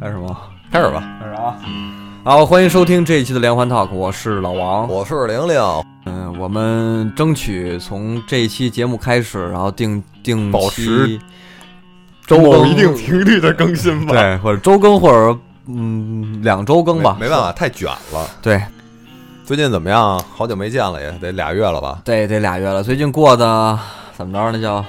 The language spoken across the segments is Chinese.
开始吗？开始吧。开始啊！好，欢迎收听这一期的连环 talk，我是老王。我是玲玲，嗯，我们争取从这一期节目开始，然后定定保期持周某更一定频率的更新吧。对，或者周更，或者嗯两周更吧。没没办法，太卷了。对，最近怎么样？好久没见了，也得俩月 了吧？对，得俩月了，最近过得怎么着呢？叫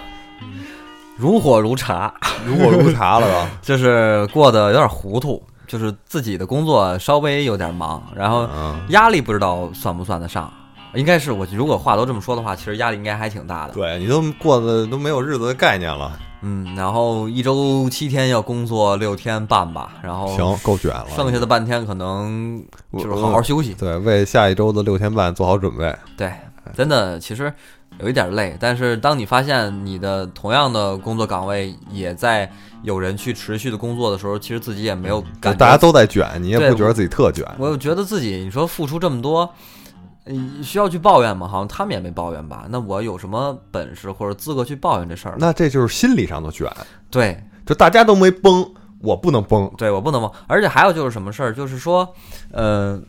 如火如茶， 如火如茶了吧？就是过得有点糊涂，就是自己的工作稍微有点忙，然后嗯，压力不知道算不算得上，应该是我如果话都这么说的话，其实压力应该还挺大的。对你都过得都没有日子的概念了。嗯，然后一周七天要工作六天半吧，然后行，够卷了。哦剩下的半天可能就是好好休息。对，为下一周的六天半做好准备。对，真的其实有一点累，但是当你发现你的同样的工作岗位也在有人去持续的工作的时候，其实自己也没有就感觉嗯大家都在卷，你也对不觉得自己特卷。我又觉得自己，你说付出这么多，嗯需要去抱怨吗？好像他们也没抱怨吧？那我有什么本事或者资格去抱怨这事儿呢？那这就是心理上的卷，对就大家都没崩，我不能崩。对，我不能忘。而且还有就是什么事儿，就是说，呃，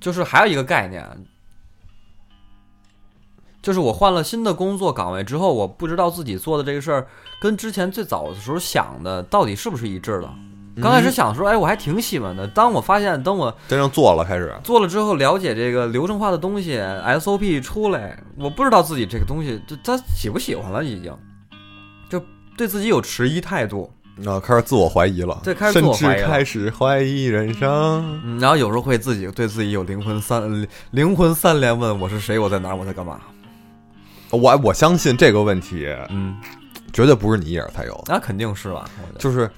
就是还有一个概念，啊就是我换了新的工作岗位之后，我不知道自己做的这个事儿跟之前最早的时候想的到底是不是一致的。刚开始想的时候，哎，我还挺喜欢的。当我发现，等我真正做了，开始做了之后了解这个流程化的东西 SOP 出来，我不知道自己这个东西就他喜不喜欢了，已经就对自己有迟疑态度。啊，开始自我怀疑了，对开始自我甚怀疑了至开始怀疑人生。嗯，然后有时候会自己对自己有灵魂三灵魂三连问：我是谁？我在哪儿？我在干嘛？我我相信这个问题嗯，绝对不是你一人才有的，那肯定是吧？我觉得就是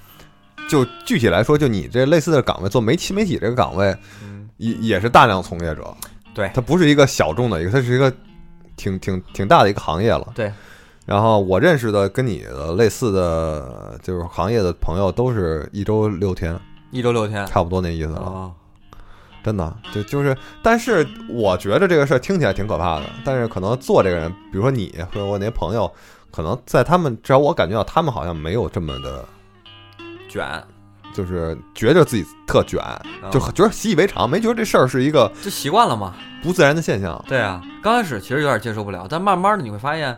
就具体来说，就你这类似的岗位，做媒体媒体这个岗位，嗯也也是大量从业者，对它不是一个小众的一个，它是一个挺挺挺大的一个行业了。对，然后我认识的跟你的类似的就是行业的朋友，都是一周六天，一周六天差不多那意思了。啊，真的，就就是，但是我觉得这个事儿听起来挺可怕的，但是可能做这个人，比如说你或者我那些朋友，可能在他们，至少我感觉到他们好像没有这么的，卷，就是觉着自己特卷，就啊觉得习以为常，没觉得这事儿是一个就习惯了嘛。不自然的现象。对啊，刚开始其实有点接受不了，但慢慢的你会发现，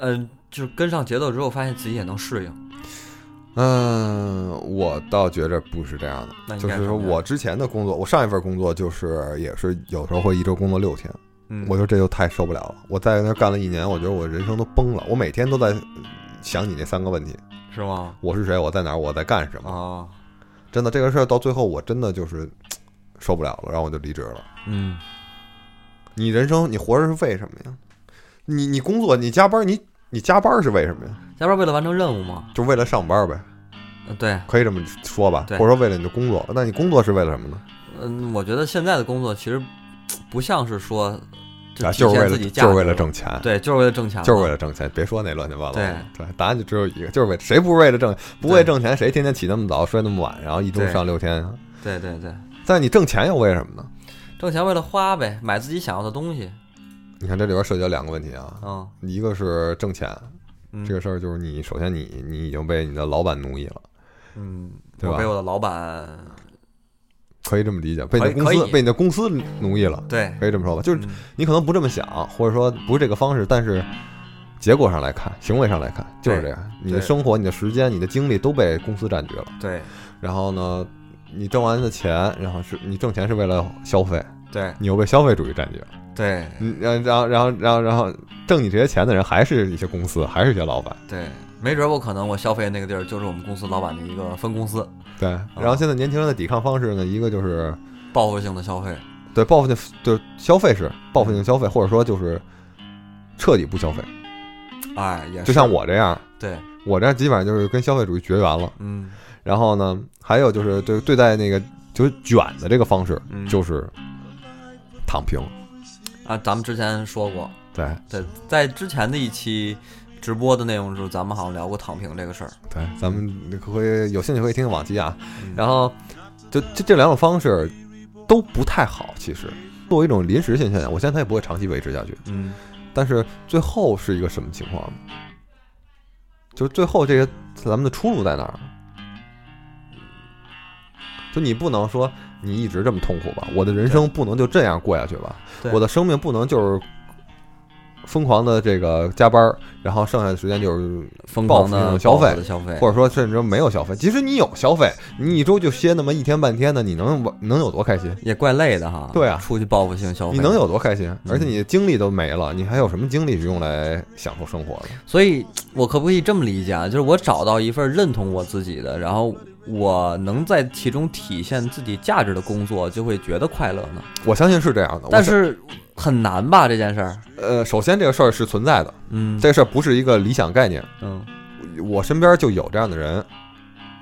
嗯、就是跟上节奏之后，发现自己也能适应。嗯，我倒觉着不是这样那的，应就该是说什么样我之前的工作，我上一份工作就是也是有时候会一周工作六天，嗯，我觉得这就太受不了了。我在那儿干了一年，我觉得我人生都崩了，我每天都在想你那三个问题。是吗？我是谁，我在哪儿，我在干什么。啊，真的，这个事儿到最后我真的就是嘖受不了了，然后我就离职了。嗯，你人生你活着是为什么呀？你你工作你加班你你加班是为什么呀？加班为了完成任务嘛。就为了上班呗，呃对，可以这么说吧？对或者说为了你的工作，那你工作是为了什么呢？嗯，我觉得现在的工作其实不像是说啊，体就是为现了自己价就值是为了，挣钱，对，就是为了挣钱嘛，就是为了挣钱。别说那乱七八糟的。对对，答案就只有一个，就是为谁不是为了挣，不为挣钱，谁天天起那么早，睡那么晚，然后一周对上六天啊？对对对，但你挣钱又为什么呢？挣钱为了花呗，买自己想要的东西。你看这里边涉及到两个问题啊，嗯，一个是挣钱，嗯这个事儿就是你首先你你已经被你的老板奴役了，嗯，对我吧被我的老板可以这么理解，被你的可以公司可以被你的公司奴役了，对，可以这么说吧？就是嗯你可能不这么想，或者说不是这个方式，但是结果上来看，行为上来看就是这样，你的对生活、你的时间、你的精力都被公司占据了。对然后呢，你挣完的钱，然后是你挣钱是为了消费，对你又被消费主义占据了。对你然后然后然后然后挣你这些钱的人还是一些公司，还是一些老板。对，没准我可能我消费的那个地儿就是我们公司老板的一个分公司，对，哦然后现在年轻人的抵抗方式呢，一个就是报复性的消费。对报复性就是消费是报嗯复性消费，或者说就是彻底不消费，哎，也是就像我这样，对，我这样基本上就是跟消费主义绝缘了。嗯然后呢，还有就是对对待那个就是卷的这个方式，嗯，就是躺平。啊，咱们之前说过，对对，在之前的一期直播的内容中，咱们好像聊过躺平这个事儿。对，咱们可以有兴趣可以听听往期啊。嗯然后就这这两种方式都不太好，其实作为一种临时性现象，我相信它也不会长期维持下去。嗯，但是最后是一个什么情况？就是最后这个咱们的出路在哪儿？就你不能说你一直这么痛苦吧，我的人生不能就这样过下去吧，对我的生命不能就是疯狂的这个加班儿，然后剩下的时间就是疯报狂复这的种消费的消费，或者说甚至没有消费。即使你有消费，你一周就歇那么一天半天的，你能玩能有多开心？也怪累的哈。对啊出去报复性消费，你能有多开心？嗯而且你的精力都没了，你还有什么精力是用来享受生活的？所以，我可不可以这么理解啊？就是我找到一份认同我自己的，然后我能在其中体现自己价值的工作，就会觉得快乐呢？我相信是这样的。但我是很难吧，这件事儿。呃，首先这个事儿是存在的，嗯这事儿不是一个理想概念。嗯，我身边就有这样的人，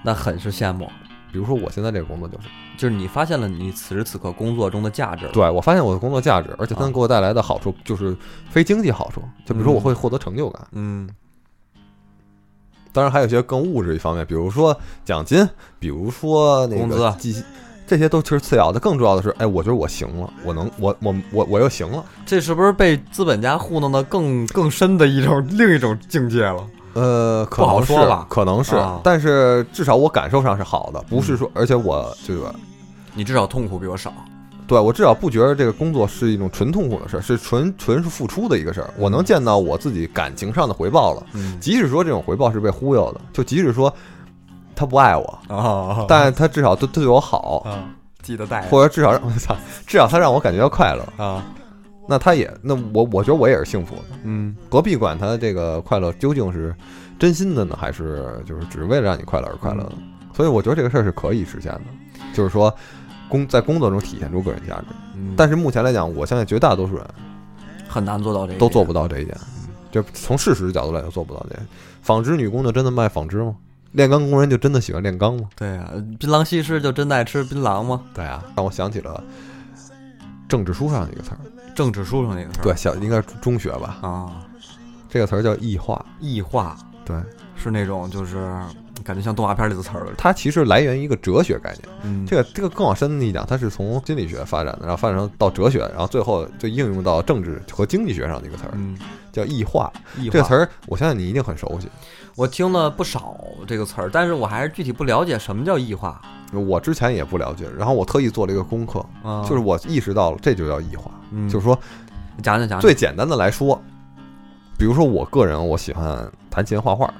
那很是羡慕。比如说我现在这个工作就是，就是你发现了你此时此刻工作中的价值了，对我发现我的工作价值，而且啊它能给我带来的好处就是非经济好处，就比如说嗯我会获得成就感。嗯，当然还有一些更物质一方面，比如说奖金，比如说那工个资绩，这些都其实次要的，更重要的是，哎，我觉得我行了，我能，我我我我又行了。这是不是被资本家糊弄的更更深的一种另一种境界了？呃，可不好能是说吧可能是，啊但是至少我感受上是好的，不是说，而且我这个你至少痛苦比我少。对我至少不觉得这个工作是一种纯痛苦的事儿，是纯纯是付出的一个事儿。我能见到我自己感情上的回报了，嗯即使说这种回报是被忽悠的，就即使说他不爱我，啊但他至少对对我好，啊，记得带或者至少让 我操，至少他让我感觉到快乐。啊，那他也那我我觉得我也是幸福的，嗯何必管他这个快乐究竟是真心的呢，还是就是只为了让你快乐而快乐呢？所以我觉得这个事儿是可以实现的，就是说工在工作中体现出个人价值。嗯，但是目前来讲，我相信绝大多数人很难做到这一都做点不到这一点，嗯就从事实角度来说做不到这一点。纺织女工就真的卖纺织吗？炼钢工人就真的喜欢炼钢吗？对啊，槟榔西施就真爱吃槟榔吗？对啊，让我想起了政治书上一个词儿，政治书上那个事儿。对，小应该是中学吧，啊，这个词儿叫异化。异化对，是那种就是感觉像动画片里的词儿了。它其实来源于一个哲学概念。嗯，这个这个更往深一讲，它是从心理学发展的，然后发展成到哲学，然后最后就应用到政治和经济学上的一个词儿，嗯，叫异化。异化这个词儿，我相信你一定很熟悉。我听了不少这个词儿，但是我还是具体不了解什么叫异化。我之前也不了解，然后我特意做了一个功课，啊就是我意识到了，这就叫异化。嗯，就是说，讲讲讲最简单的来说，比如说我个人，我喜欢弹琴、画画。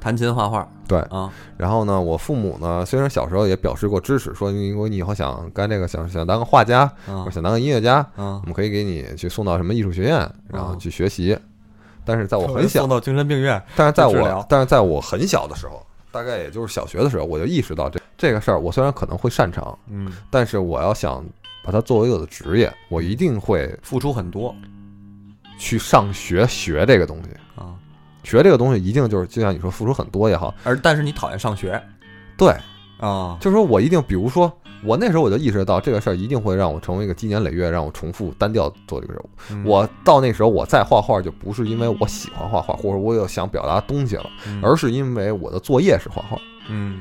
弹琴画画。对啊，然后呢，我父母呢，虽然小时候也表示过支持，说你如果你以后想干这个，想想当个画家，啊或者想当个音乐家，啊我，们可以给你去送到什么艺术学院，然后去学习。但哦是在我很小送，到精神病院。但是在治疗我但是在我很小的时候，大概也就是小学的时候，我就意识到这这个事儿，我虽然可能会擅长，嗯，但是我要想把它作为我的职业，我一定会付出很多去上学学这个东西。啊，学这个东西一定就是，就像你说，付出很多也好，而但是你讨厌上学对，啊，就是说我一定，比如说我那时候我就意识到这个事儿一定会让我成为一个积年累月，让我重复单调做这个事儿。嗯我到那时候我再画画，就不是因为我喜欢画画，或者我有想表达的东西了，嗯而是因为我的作业是画画。嗯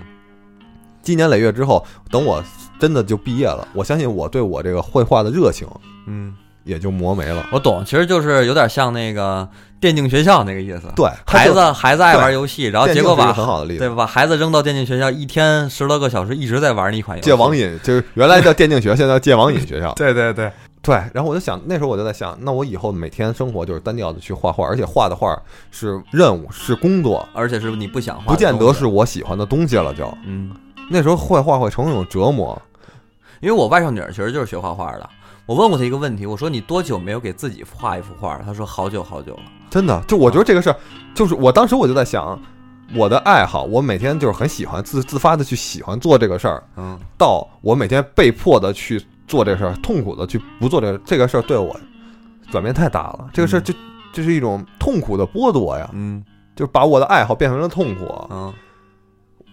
积年累月之后，等我真的就毕业了，我相信我对我这个绘画的热情嗯，也就磨没了。我懂，其实就是有点像那个电竞学校那个意思。对，孩子孩子爱玩对游戏，然后电结竞果是一个把很好的例对子，吧？把孩子扔到电竞学校，一天十多个小时一直在玩那一款游戏。戒网瘾就是原来叫电竞学，现在叫戒网瘾学校。对对对，对，然后我就想，那时候我就在想，那我以后每天生活就是单调的去画画，而且画的画是任务，是工作，而且是你不想画，不见得是。我喜欢的东西了就。嗯，那时候绘画会成为一种折磨，因为我外甥女儿其实就是学画画的。我问过她一个问题，我说你多久没有给自己画一幅画了？她说好久好久了。真的，就我觉得这个事儿，就是我当时我就在想，我的爱好，我每天就是很喜欢自自发的去喜欢做这个事儿，嗯到我每天被迫的去做这个事儿，痛苦的去不做这个这个事儿，对我转变太大了。这个事儿嗯就就是一种痛苦的剥夺呀，嗯就把我的爱好变成了痛苦。嗯，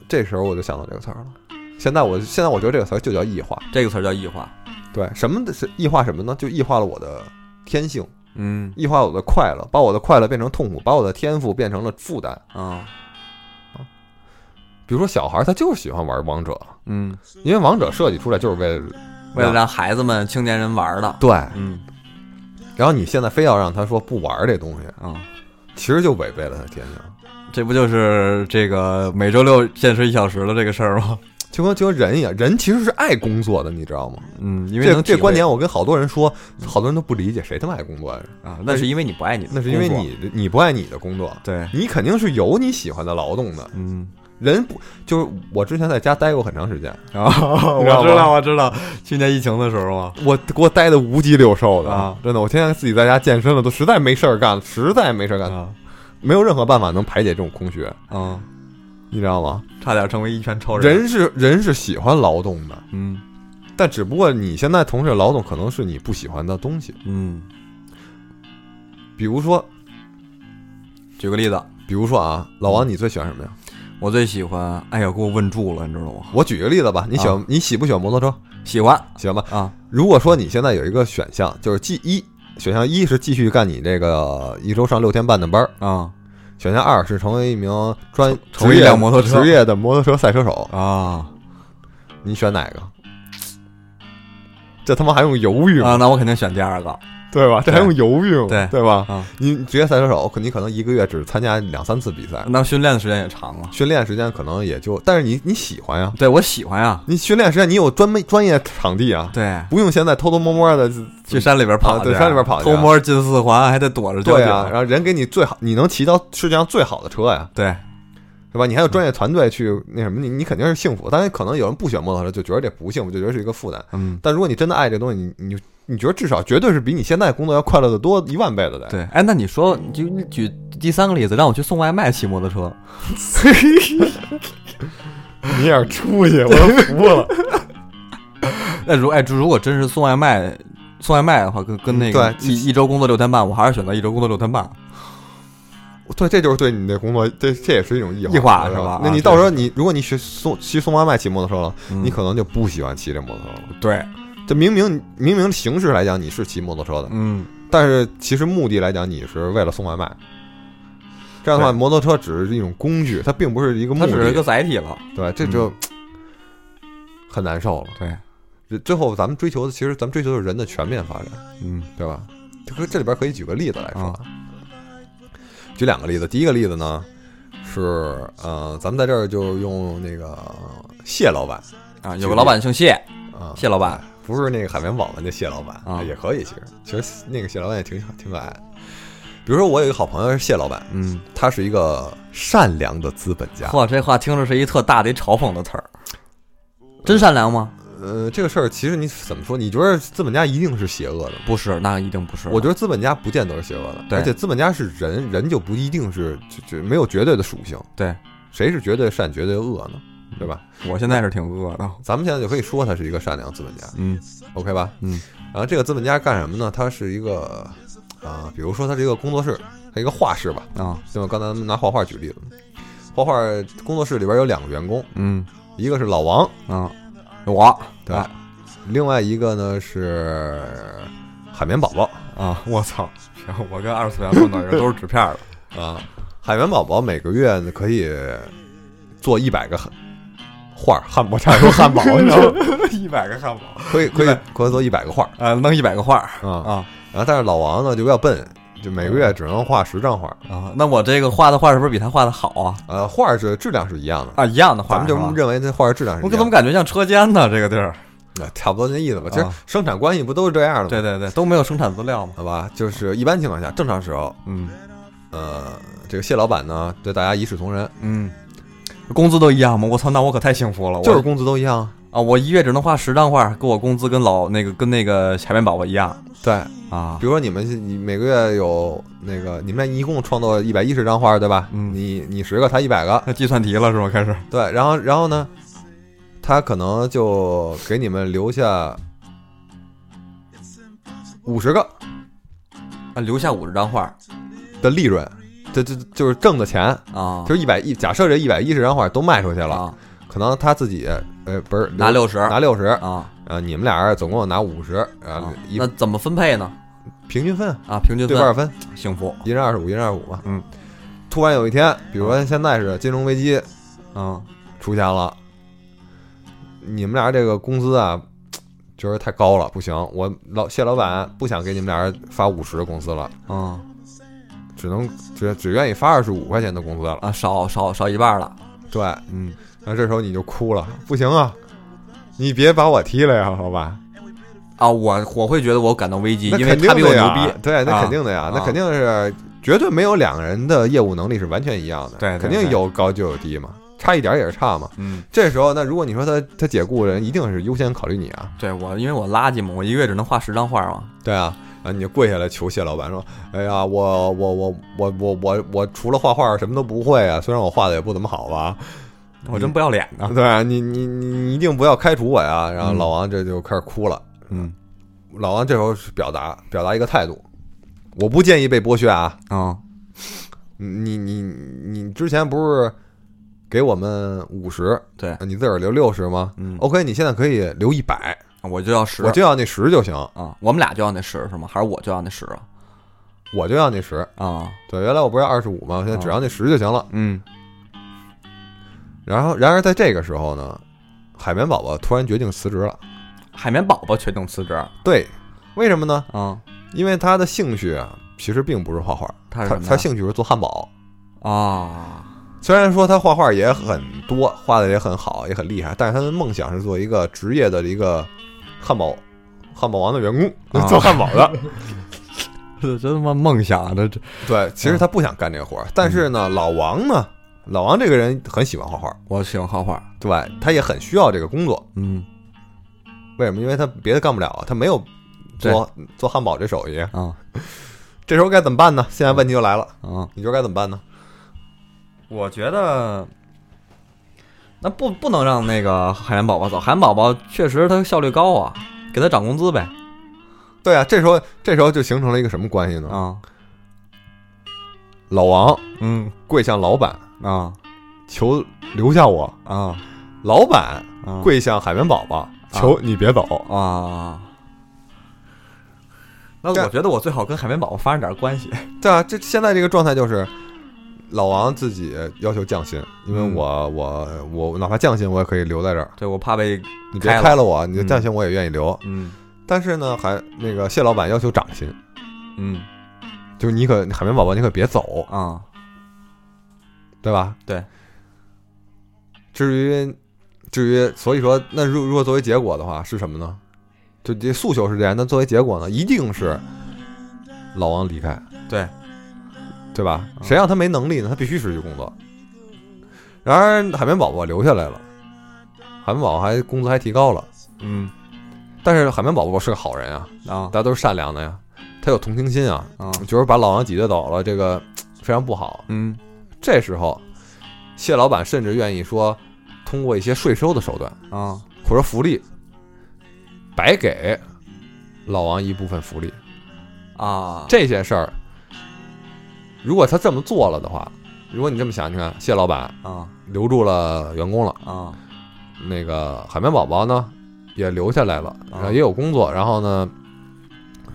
这时候我就想到这个词儿了。现在我现在我觉得这个词儿就叫异化，这个词儿叫异化。对什么的是异化什么呢？就异化了我的天性，嗯异化我的快乐，把我的快乐变成痛苦，把我的天赋变成了负担。啊比如说小孩儿他就是喜欢玩王者，嗯，因为王者设计出来就是为了 为了让孩子们青年人玩的。对，嗯然后你现在非要让他说不玩儿这东西，啊。其实就违背了他的天性。这不就是这个每周六限时一小时的这个事儿吗？就跟就跟人一样，人其实是爱工作的，你知道吗？嗯，因为这能这体会观点我跟好多人说，好多人都不理解，谁他妈爱工作呀？啊，那是因为你不爱你的那工是作，因为你的你不爱你的工作，对，你肯定是有你喜欢的劳动的。 嗯，人不就是我之前在家待过很长时间，然后你知道哦我吗知道我知道，去年疫情的时候啊嘛，我给我待的五脊六兽的啊真的，我天天自己在家健身了，都实在没事儿干，实在没事儿干，啊，没有任何办法能排解这种空虚，嗯，你知道吗？差点成为一拳超人，人是人是喜欢劳动的，嗯但只不过你现在从事的劳动可能是你不喜欢的东西，嗯，比如说，举个例子，比如说啊，老王，你最喜欢什么呀？我最喜欢，哎呀，给我问住了，你知道吗？我举个例子吧，你喜欢、你喜不喜欢摩托车？喜欢喜欢吧？啊，如果说你现在有一个选项，就是继一选项一是继续干你这个一周上六天半的班儿，啊选项二是成为一名专成为一职业辆摩托车职业的摩托车赛车手，啊你选哪个？这他妈还用犹豫吗？啊，那我肯定选第二个，对吧？这还用犹豫吗？对对吧？啊你职业赛车手，可你可能一个月只参加两三次比赛，那训练的时间也长了，训练时间可能也就，但是你你喜欢呀，对我喜欢呀，你训练时间你有专门专业场地 啊，对，不用现在偷偷摸摸的，去山里边跑啊去，对山里边跑去偷摸进四环，还得躲着交对啊，警，然后人给你最好，你能骑到世界上最好的车呀，对，对吧？你还有专业团队去那什么，你你肯定是幸福。当然，可能有人不喜欢摩托车，就觉得这不幸福，就觉得是一个负担。嗯。但如果你真的爱这东西，你你就你觉得至少绝对是比你现在工作要快乐的多一万倍的得。对，哎，那你说，你就你举第三个例子，让我去送外卖，骑摩托 车，你有点出息，我都服了。那如哎，如果真是送外卖，送外卖的话，跟跟那个嗯对一一周工作六天半，我还是选择一周工作六天半。 对，这就是对你的工作，这这也是一种异异化是是吧那啊你到时候你，如果你学送骑送外卖骑摩托车了，嗯你可能就不喜欢骑这摩托车了。对，这明明明明形式来讲你是骑摩托车的，嗯，但是其实目的来讲，你是为了送外卖。这样的话，对摩托车只是一种工具，它并不是一个目它只是一的个。载体了。对，这嗯就很难受了。对，这最后，咱们追求的，其实咱们追求的是人的全面发展，嗯对吧？这个这里边可以举个例子来说啊，举两个例子。第一个例子呢是，呃，咱们在这儿就用那个谢老板啊，有个老板姓谢，啊，谢老板不是那个海绵宝宝那谢老板啊也可以。其实，其实那个谢老板也挺挺可爱的。比如说，我有一个好朋友是谢老板，嗯，他是一个善良的资本家。嚯，这话听着是一特大的一嘲讽的词儿，真善良吗？呃，这个事儿其实你怎么说？你觉得资本家一定是邪恶的吗？不是，那一定不是。我觉得资本家不见得是邪恶的，对而且资本家是人，人就不一定是就就没有绝对的属性。对，谁是绝对善、绝对恶呢？嗯对吧？我现在是挺饿的。咱们现在就可以说他是一个善良资本家嗯，OK 吧？嗯。然后这个资本家干什么呢？他是一个啊、比如说他是一个工作室，他一个画室吧。啊就刚才咱们拿画画举例子，画画工作室里边有两个员工，嗯一个是老王，啊，我对吧？另外一个呢是海绵宝宝啊，我操！我跟二次元碰到人都是纸片儿的。啊，海绵宝宝每个月呢可以做一百个汉画儿汉堡，差点说汉堡，你知道吗？ 一百个汉堡 可以可以可以做一百个画儿啊，弄一百个画儿啊。啊然后但是老王呢就比较笨，就每个月只能画十张画儿，啊！那我这个画的画是不是比他画的好啊？呃，画儿是质量是一样的。啊，一样的咱画们是吧，就认为这画儿质量是我一怎么样的，感觉像车间呢？这个地儿，啊差不多那意思吧。其实啊生产关系不都是这样的吗？对对对，都没有生产资料嘛。好吧，就是一般情况下，正常时候，嗯呃，这个谢老板呢对大家一视同仁，嗯，工资都一样吗？我操，那我可太幸福了。我就是工资都一样啊。啊，我一月只能画十张画，跟我工资跟老那个跟那个海绵宝宝一样对，啊比。如说你们是你每个月有那个，你们一共创作一百一十张画，对吧？嗯你你十个，他一百 个，那计算题了是吧？开始对，然后然后呢，他可能就给你们留下五十个啊，留下五十张画的利润，这这就是挣的钱，啊，就是一百一，假设这一百一十张画都卖出去了，啊，可能他自己呃不是拿六十拿六十，啊呃，你们俩人总共拿五十，呃啊，，一那怎么分配呢？平均分，啊，平均对半分，分，幸福，一人二十五，一人二十五嘛。嗯，突然有一天，比如说现在是金融危机嗯出现了，你们俩这个工资啊，觉得太高了，不行，我老谢老板不想给你们俩人发五十的工资了，嗯只能只只愿意发二十五块钱的工资了。啊，少少少一半了对，嗯，然后这时候你就哭了，不行啊，你别把我踢了呀，好吧？啊，我我会觉得我感到危机，那因为肯他定比我的牛呀逼，，对，那啊肯定的呀啊，那肯定是绝对没有两个人的业务能力是完全一样的，对对肯定对有高就有低嘛，差一点也是差嘛。嗯，这时候，那如果你说他他解雇人，一定是优先考虑你啊，对我因为我垃圾嘛，我一个月只能画十张画嘛，对啊，然后你就跪下来求谢老板说：“哎呀，我我我我我我我除了画画什么都不会啊，虽然我画的也不怎么好吧， 我真不要脸呢，对啊，你你你你一定不要开除我呀。”然后老王这就开始哭了。嗯老王这时候是表达表达一个态度，我不建议被剥削啊，啊你你你你之前不是给我们五十，对，你自个儿留六十吗？嗯，OK，你现在可以留一百，我就要十我就要那十就行，啊，我们俩就要那十是吗？还是我就要那十啊？我就要那十。啊，对，原来我不是二十五吗？我现在只要那十就行了。嗯然后，然而在这个时候呢，海绵宝宝突然决定辞职了。海绵宝宝确定辞职对，为什么呢？啊？因为他的兴趣啊，其实并不是画画，他是他什么他呀？兴趣是做汉堡。啊，虽然说他画画也很多，画的也很好，也很厉害，但是他的梦想是做一个职业的一个汉堡汉堡王的员工，啊 做汉堡 的。 这真他妈梦想啊！这这对，其实他不想干这个活嗯儿，但是呢，老王呢，老王这个人很喜欢画画，我喜欢画画，对，他也很需要这个工作。嗯为什么？因为他别的干不了，他没有做做汉堡这手艺。啊这时候该怎么办嗯呢？现在问题就来了，啊，你说该怎么办呢？我觉得。那不不能让那个海绵宝宝走，海绵宝宝确实他效率高啊，给他涨工资呗对啊，这时候这时候就形成了一个什么关系呢？啊，老王嗯跪向老板啊求留下我，啊老板啊跪向海绵宝宝嗯求你别走。啊！那这我觉得我最好跟海绵宝宝发生点关系。对啊，这现在这个状态就是老王自己要求降薪，因为嗯我我我哪怕降薪我也可以留在这儿，对我怕被你别开了开了我，你的嗯降薪我也愿意留。嗯但是呢，还那个谢老板要求涨薪，嗯就是你可海绵宝宝你可别走，啊对吧？对。至于至于，所以说，那如如果作为结果的话是什么呢？就这诉求是这样，那作为结果呢，一定是老王离开，对嗯对吧？谁让他没能力呢？他必须失去工作。然而海绵宝宝留下来了，海绵宝宝还工资还提高了，嗯但是海绵宝宝是个好人啊，啊大家都是善良的呀，他有同情心啊，啊觉得把老王挤兑走了，这个非常不好。嗯这时候，谢老板甚至愿意说，通过一些税收的手段啊或者福利，白给老王一部分福利。啊这些事儿，如果他这么做了的话，如果你这么想，你看谢老板啊留住了员工了，啊那个海绵宝宝呢也留下来了，啊然后也有工作，然后呢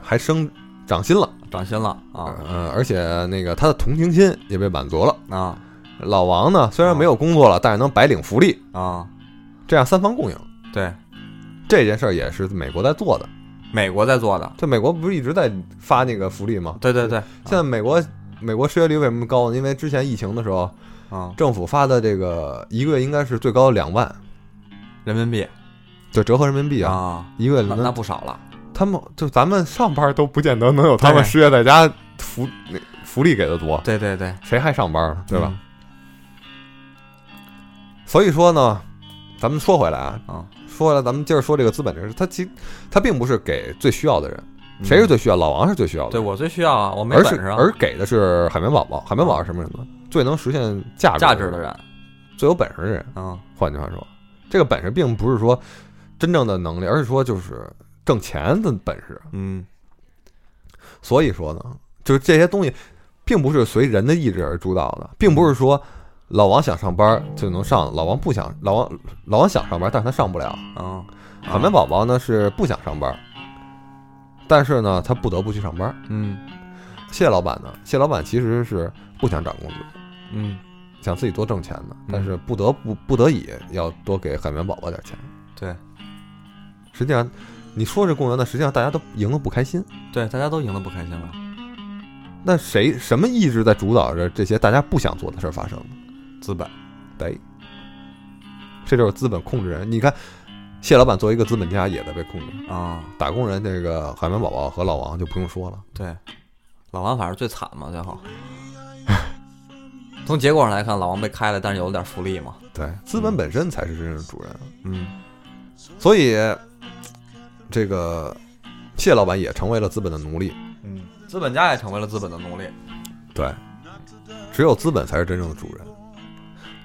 还升涨薪了，涨薪了啊嗯，而且那个他的同情心也被满足了。啊老王呢虽然没有工作了，但是能白领福利，啊！这样三方共赢。对，这件事儿也是美国在做的，美国在做的，这美国不是一直在发那个福利吗？对对对啊现在美国美国失业率为什么高呢？因为之前疫情的时候，啊，政府发的这个一个月应该是最高两万，人民币就折合人民币啊，啊，一个月那能那不少了他们就咱们上班都不见得能有他对们失业在家福那福利给的多，对对对嗯谁还上班呢？对吧？？所以说呢，咱们说回来啊，啊，说回来咱们接着说这个资本这个事，他其他并不是给最需要的人，谁是最需要？老王是最需要的嗯对，我最需要啊，我没而本是事啊，而给的是海绵宝宝，海绵宝宝是什么人呢？最能实现价值价值的的人，人最有本事的人。啊换句话说，这个本事并不是说真正的能力，而是说就是挣钱的本事。嗯所以说呢，就是这些东西，并不是随人的意志而主导的，并不是说老王想上班就能上，老王不想，老王老王想上班，但是他上不了。啊海绵宝宝呢是不想上班，但是呢他不得不去上班。嗯谢老板呢，谢老板其实是不想涨工资。嗯，想自己多挣钱的，但是不得不不得已要多给海绵宝宝点钱。对实际上，你说是共赢，但实际上大家都赢得不开心。对，大家都赢得不开心了。那谁什么意志在主导着这些大家不想做的事儿发生呢？资本，对，这就是资本控制人。你看，谢老板作为一个资本家也在被控制，啊，打工人这个海绵宝宝和老王就不用说了。对，老王反正最惨嘛，最 后。从结果上来看，老王被开了，但是有了点福利嘛。对，资本本身才是真正的主人。嗯，所以，这个谢老板也成为了资本的奴隶。嗯，资本家也成为了资本的奴隶。对，只有资本才是真正的主人。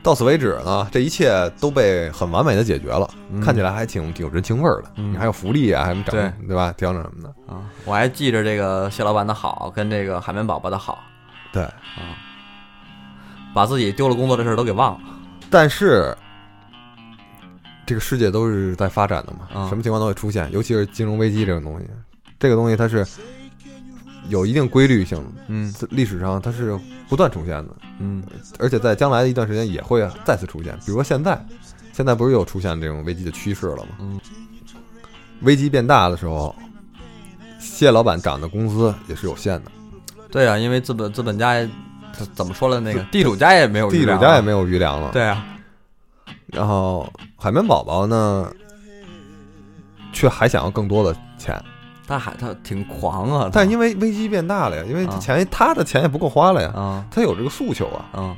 到此为止呢，这一切都被很完美的解决了，看起来还挺挺有人情味儿的。嗯你还有福利啊，还有什么对奖对吧？调整什么的。啊，我还记着这个谢老板的好，跟这个海绵宝宝的好，啊对，把自己丢了工作这事儿都给忘了。但是这个世界都是在发展的嘛，嗯什么情况都会出现，尤其是金融危机这种东西，这个东西它是有一定规律性的，嗯历史上它是不断出现的，嗯而且在将来的一段时间也会再次出现。比如说现在，现在不是又出现这种危机的趋势了吗？嗯危机变大的时候，谢老板涨的工资也是有限的，对啊，因为资本资本家也他怎么说了那个地主家也没有地余主粮家也了没有余粮了。对啊，然后海绵宝宝呢，却还想要更多的钱。他还他挺狂啊，他但因为危机变大了呀，因为啊钱、他的钱也不够花了呀，啊他有这个诉求啊。啊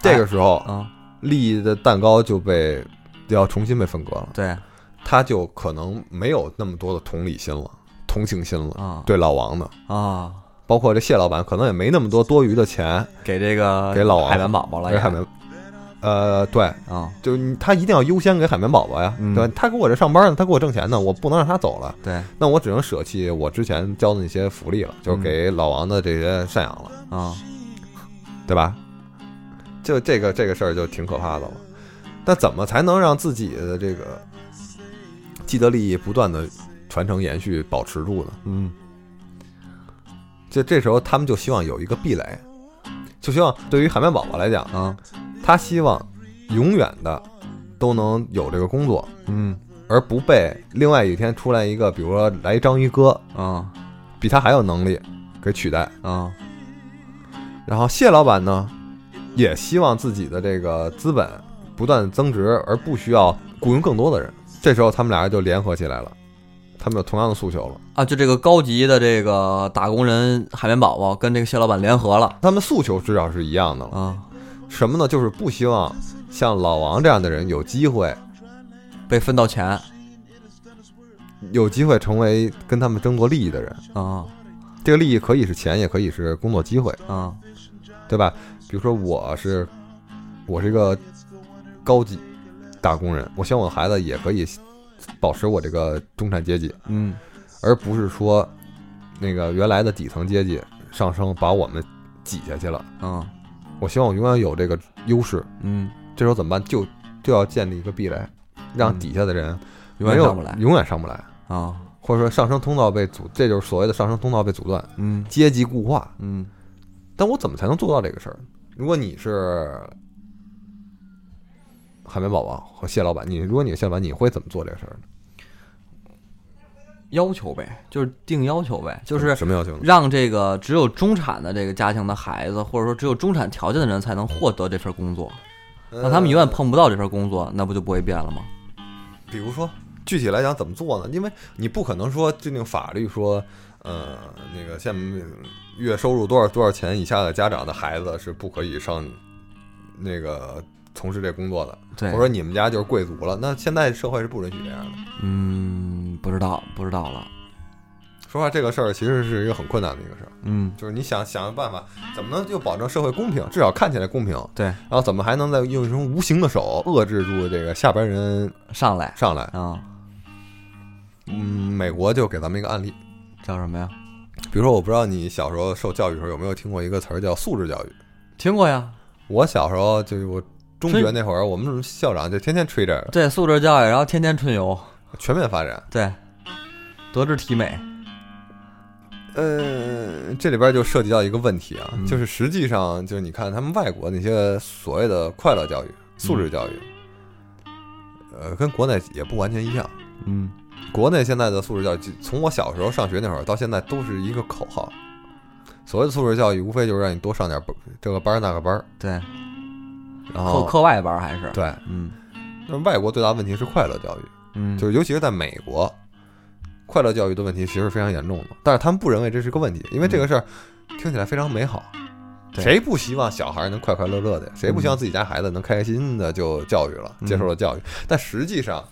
这个时候，啊，利益的蛋糕就被要重新被分割了，对他就可能没有那么多的同理心了、同情心了，啊对老王的，啊，包括这谢老板，可能也没那么多多余的钱给这个给老王海绵宝宝了给也海绵。呃，对，啊，就是你他一定要优先给海绵宝宝呀，嗯对吧？他给我这上班呢，他给我挣钱呢，我不能让他走了，对那我只能舍弃我之前交的那些福利了，就是给老王的这些赡养了。啊对吧？就这个这个事儿就挺可怕的了。那怎么才能让自己的这个既得利益不断的传承延续、保持住呢？嗯这这时候他们就希望有一个壁垒，就希望对于海绵宝宝来讲，啊他希望永远的都能有这个工作，嗯而不被另外一天出来一个，比如说来一章鱼哥，啊比他还有能力给取代。啊然后谢老板呢，也希望自己的这个资本不断增值，而不需要雇佣更多的人。这时候他们俩人就联合起来了，他们有同样的诉求了。啊，就这个高级的这个打工人海绵宝宝跟这个谢老板联合了他们诉求至少是一样的了，啊，什么呢？就是不希望像老王这样的人有机会，被分到钱有机会成为跟他们争夺利益的人。啊这个利益可以是钱，也可以是工作机会，啊对吧？比如说我是，我是一个高级打工人，我希望我的孩子也可以保持我这个中产阶级。嗯而不是说那个原来的底层阶级上升把我们挤下去了。啊我希望我永远有这个优势。嗯，这时候怎么办？就就要建立一个壁垒，让嗯底下的人永远没有上不来永远上不来，啊或者说上升通道被阻，这就是所谓的上升通道被阻断，嗯阶级固化。嗯但我怎么才能做到这个事儿？如果你是海绵宝宝和谢老板，你如果你是谢老板，你会怎么做这个事儿呢？要求呗，就是定要求呗，就是什么要求呢？让这个只有中产的这个家庭的孩子，或者说只有中产条件的人才能获得这份工作，呃让他们永远碰不到这份工作，那不就不会变了吗？比如说，具体来讲怎么做呢？因为你不可能说制定法律说，呃，那个现在月收入多少多少钱以下的家长的孩子是不可以上那个从事这工作的，对或，者你们家就是贵族了。那现在社会是不允许这样的。嗯，不知道，不知道了，说实话，这个事儿其实是一个很困难的一个事儿，嗯，就是你想想个办法，怎么能就保证社会公平，至少看起来公平，对，然后怎么还能再用一种无形的手遏制住这个下边人上来上来？啊，嗯，美国就给咱们一个案例。叫什么呀？比如说，我不知道你小时候受教育的时候有没有听过一个词儿叫素质教育。听过呀，我小时候就是我中学春那会儿，我们校长就天天吹这个对，素质教育，然后天天春游，全面发展。对，德智体美，呃， 这里边就涉及到一个问题啊，嗯就是实际上就是你看他们外国那些所谓的快乐教育、素质教育，呃，跟国内也不完全一样。嗯国内现在的素质教育，就从我小时候上学那会儿到现在都是一个口号。所谓的素质教育，无非就是让你多上点儿班这个班儿那个班儿，对，然课后课外班还是哦对，嗯那外国最大问题是快乐教育，嗯，就是尤其是在美国，快乐教育的问题其实是非常严重的，但是他们不认为这是个问题，因为这个事儿听起来非常美好。嗯对嗯谁不希望小孩能快快乐乐的呀？谁不希望自己家孩子能开开心心的就教育了，接受了教育？但实际上，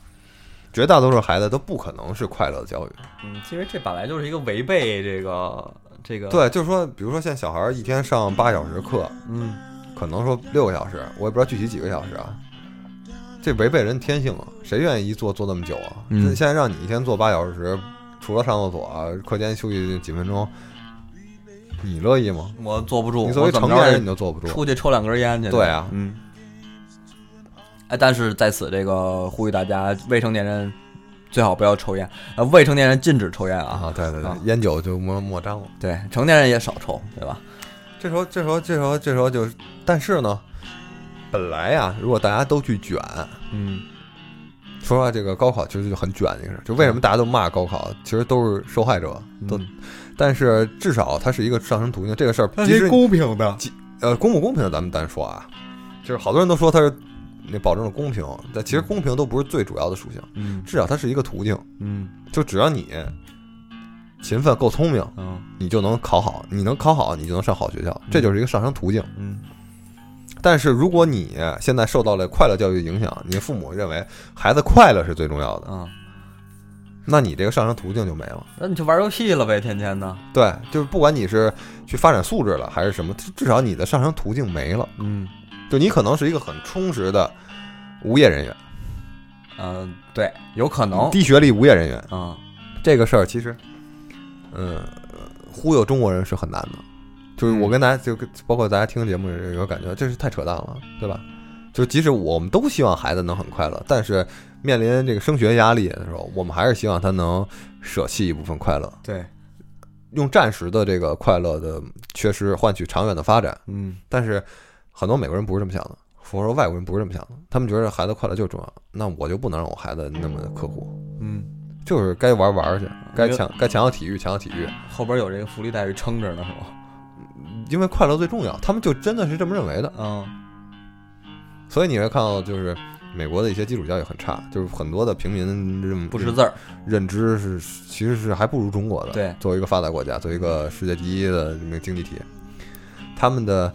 绝大多数孩子都不可能是快乐的教育。嗯，其实这本来就是一个违背这个这个对，就是说，比如说现在小孩儿一天上八小时课，嗯可能说六个小时，我也不知道具体几个小时啊。这违背人天性啊，谁愿意一坐坐那么久啊？嗯这现在让你一天坐八小时，除了上厕所、啊、课间休息几分钟，你乐意吗？我坐不住，你作为我怎成么年着人，你就坐不也住。出去抽两根烟去？对，啊，嗯，哎，但是在此这个呼吁大家，未成年人最好不要抽烟，呃，未成年人禁止抽烟啊，啊，对对对啊，烟酒就莫莫沾了。嗯对，成年人也少抽，对吧？这时候，这时候，这时候，这时候就是，但是呢，本来呀、如果大家都去卷，嗯说实话，这个高考其实就很卷的一个事儿。就为什么大家都骂高考，其实都是受害者，嗯嗯都，但是至少它是一个上升途径。这个事儿，即使你公平的，呃公不公平，咱们单说啊，就是好多人都说它是那保证了公平，但其实公平都不是最主要的属性，嗯至少它是一个途径。嗯就只要你勤奋够聪明，嗯你就能考好，你能考好，你就能上好学校，这就是一个上升途径。嗯但是如果你现在受到了快乐教育的影响，你的父母认为孩子快乐是最重要的，嗯，那你这个上升途径就没了。那你就玩游戏了呗，天天的。对，就是不管你是去发展素质了还是什么，至至少你的上升途径没了。嗯就你可能是一个很充实的无业人员，嗯、对，有可能。低学历无业人员，嗯，这个事儿其实，嗯，忽悠中国人是很难的。就是我跟大家，就跟包括大家听节目也有感觉，这是太扯淡了，对吧？就即使我们都希望孩子能很快乐，但是面临这个升学压力的时候，我们还是希望他能舍弃一部分快乐，对，用暂时的这个快乐的缺失换取长远的发展。嗯但是很多美国人不是这么想的，或者说外国人不是这么想的，他们觉得孩子快乐就是重要，那我就不能让我孩子那么刻苦，嗯就是该玩玩去，该因为强该强调体育强调体育，后边有这个福利待遇撑着呢，是吗？因为快乐最重要，他们就真的是这么认为的。嗯所以你会看到，就是美国的一些基础教育很差，就是很多的平民认不识字儿。认知是其实是还不如中国的。对作为一个发达国家，作为一个世界第一的那个经济体，他们的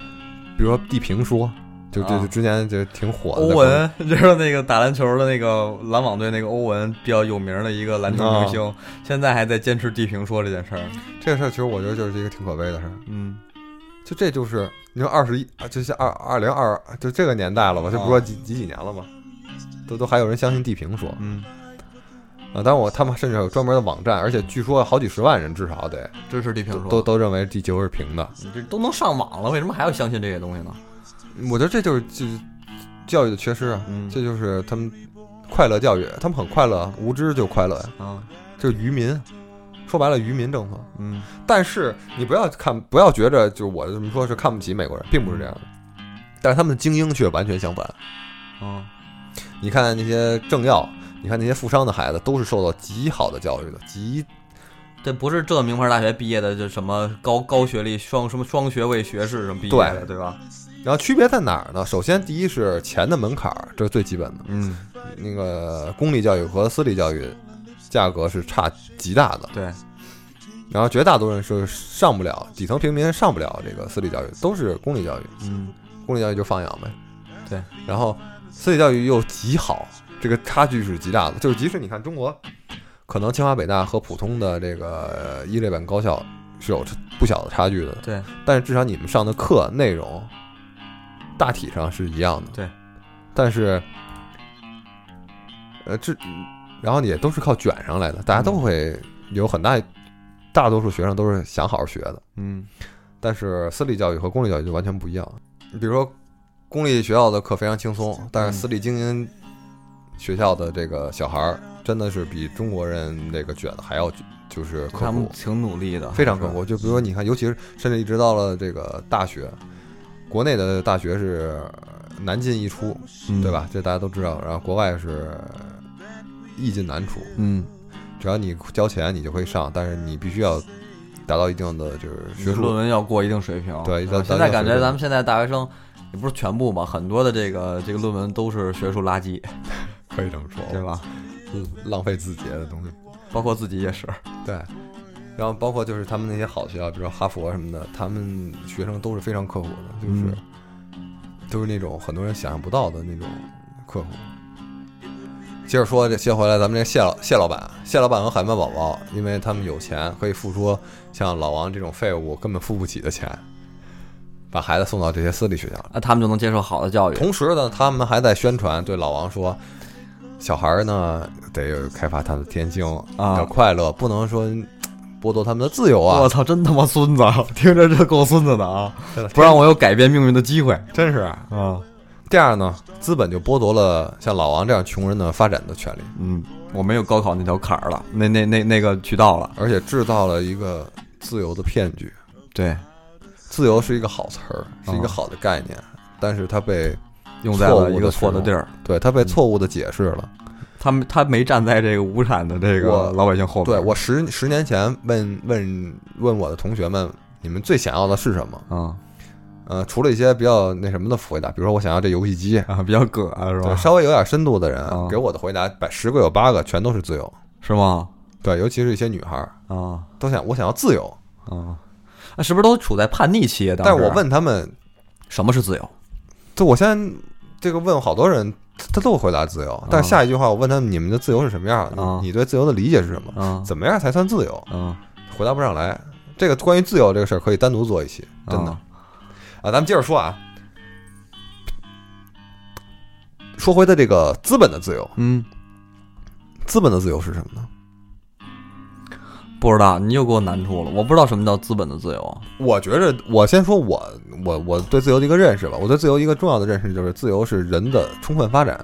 比如说地平说，就就啊就之前就挺火的欧在国内，文，就是那个打篮球的那个篮网队那个欧文比较有名的一个篮球明星，现在还在坚持地平说这件事儿。这个事儿其实我觉得就是一个挺可悲的事儿，嗯就这就是你说二十一，啊这是二二零二，就这个年代了吧，这不是说几几几年了吗？都都还有人相信地平说嗯，啊！当然我他们甚至还有专门的网站，而且据说好几十万人至少得支持地平都说，都都认为地球是平的。你这都能上网了，为什么还要相信这些东西呢？我觉得这就是就是教育的缺失啊，嗯这就是他们快乐教育，他们很快乐，无知就快乐呀，啊就是愚民。说白了，愚民政策。嗯但是你不要看，不要觉着就是我这么说是看不起美国人，并不是这样的。但是他们的精英却完全相反。嗯啊你看那些政要，你看那些富商的孩子，都是受到极好的教育的，极这不是这名牌大学毕业的，就什么高高学历双什么双学位学士什么毕业的，对吧？然后区别在哪儿呢？首先，第一是钱的门槛儿，这是最基本的。嗯那个公立教育和私立教育价格是差极大的。对。然后绝大多数人是上不了，底层平民上不了这个私立教育，都是公立教育。嗯公立教育就放养呗。对，然后私立教育又极好，这个差距是极大的。就是即使你看中国，可能清华北大和普通的这个呃一类本高校是有不小的差距的，对，但是至少你们上的课内容大体上是一样的，对，但是呃这然后也都是靠卷上来的，大家都嗯会有很大。大多数学生都是想好好学的，嗯但是私立教育和公立教育就完全不一样。你比如说，公立学校的课非常轻嗯松，但是私立精英学校的这个小孩儿真的是比中国人这个卷的还要卷就是刻他们苦，挺努力的，非常刻苦。就比如说，你看，尤其是甚至一直到了这个大学，国内的大学是难进易出，嗯对？吧？这大家都知道。然后国外是易进难出，嗯，只要你交钱，你就可以上，但是你必须要达到一定的就是学术论文要过一定水平。对吧咱咱现在要感水觉平咱们现在大学生也不是全部吧，很多的这个这个论文都是学术垃圾，可以这么说，对吧？嗯浪费自己的东西。包括自己也是，对，然后包括就是他们那些好学校，比如说哈佛什么的，他们学生都是非常刻苦的，就是、都是那种很多人想象不到的那种刻苦。接着说，这先回来，咱们这谢老谢老板，谢老板和海绵宝宝，因为他们有钱，可以付出像老王这种废物根本付不起的钱，把孩子送到这些私立学校。那他们就能接受好的教育。同时呢，他们还在宣传对老王说，小孩儿呢得开发他的天性啊要快乐，不能说嘖剥夺他们的自由啊我！操，真他妈孙子！啊听着这够孙子的 啊真的，不让我有改变命运的机会真是。啊！第二呢，资本就剥夺了像老王这样穷人的发展的权利，嗯，我没有高考那条坎儿了，那那那那个渠道了。而且制造了一个自由的骗局。对，自由是一个好词儿，是一个啊好的概念，但是它被用在错误了的一个错的时候地儿。对它被错误的解释了。嗯他们他没站在这个无产的这我个老百姓后边对儿。我十十年前问问问我的同学们，你们最想要的是什么？啊 呃，除了一些比较那什么的回答，比如说我想要这游戏机，啊，比较葛啊，是对，吧？稍微有点深度的人、啊给我的回答，百十个有八个全都是自由。是吗？对，尤其是一些女孩儿啊都想我想要自由，啊，那是不是都处在叛逆期？啊当但时是我问他们，什么是自由？就我现在这个问好多人，他都会回答自由，但是下一句话我问他们你们的自由是什么样的？啊你你对自由的理解是什么？啊怎么样才算自由？啊，回答不上来。这个关于自由这个事儿可以单独做一期，真的啊啊，咱们接着说啊。说回的这个资本的自由，嗯，资本的自由是什么呢？不知道，你又给我难住了。我不知道什么叫资本的自由。啊我觉着，我先说我我我对自由的一个认识吧。我对自由一个重要的认识就是，自由是人的充分发展。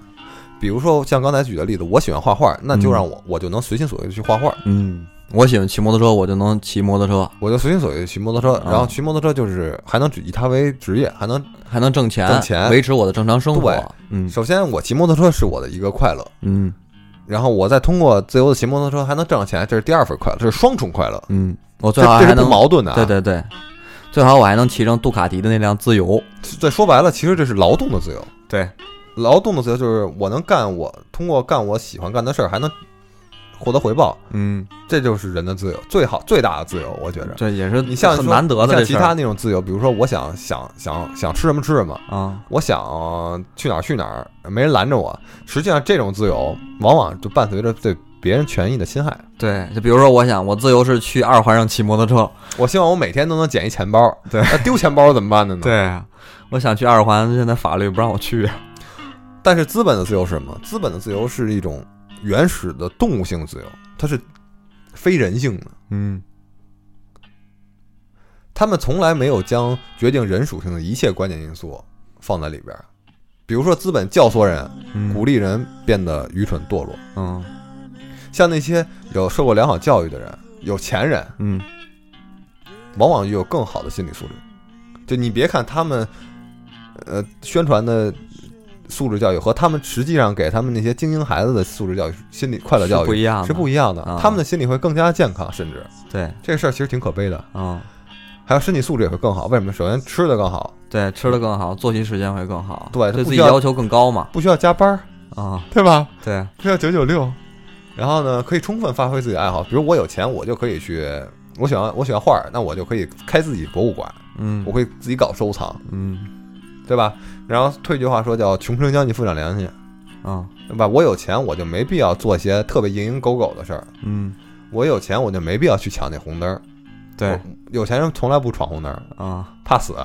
比如说像刚才举的例子，我喜欢画画，那就让我、我就能随心所欲地去画画，嗯，我喜欢骑摩托车，我就能骑摩托车，我就随心所欲地骑摩托车，啊然后骑摩托车就是还能以它为职业，还能。还能挣钱，挣钱维持我的正常生活对。嗯首先，我骑摩托车是我的一个快乐，嗯然后我再通过自由的骑摩托车还能挣钱，这是第二份快乐，这是双重快乐。嗯，我这最好这还是不能矛盾的、啊，对对对，最好我还能骑上杜卡迪的那辆自由。这说白了，其实这是劳动的自由。对，劳动的自由就是我能干我通过干我喜欢干的事儿，还能获得回报，嗯，这就是人的自由，最好最大的自由，我觉着。这也是你像很说难嗯得的像这其事儿他那种自由，比如说我想想想想吃什么吃什么，啊，我想去哪儿去哪儿，没人拦着我。实际上，这种自由往往就伴随着对别人权益的侵害。对，就比如说，我想我自由是去二环上骑摩托车，我希望我每天都能捡一钱包，对那丢钱包怎么办呢？，对，我想去二环，现在法律不让我去，但是资本的自由是什么？资本的自由是一种原始的动物性自由，它是非人性的。嗯他们从来没有将决定人属性的一切关键因素放在里边儿，比如说资本教唆人，嗯鼓励人变得愚蠢堕落。嗯像那些有受过良好教育的人，有钱人，嗯往往有更好的心理素质。就你别看他们，呃，宣传的素质教育和他们实际上给他们那些精英孩子的素质教育、心理快乐教是不育一样的，是不一样的啊，他们的心理会更加健康，甚至对这个事儿其实挺可悲的。啊、还有身体素质也会更好，为什么？首先吃的更好，对，吃的更好，作息时间会更好，对对不自己需要要求更高嘛，不需要加班儿，啊，对吧？对，不要九九六。然后呢，可以充分发挥自己的爱好，比如我有钱，我就可以去，我喜欢我喜欢画儿，那我就可以开自己博物馆，嗯我会自己搞收藏，嗯对吧？然后退一句话说叫“穷生将计，富长粮食”，啊对吧？我有钱，我就没必要做些特别蝇营狗苟的事儿，嗯，我有钱，我就没必要去抢那红灯儿。对我，有钱人从来不闯红灯儿，啊，怕死。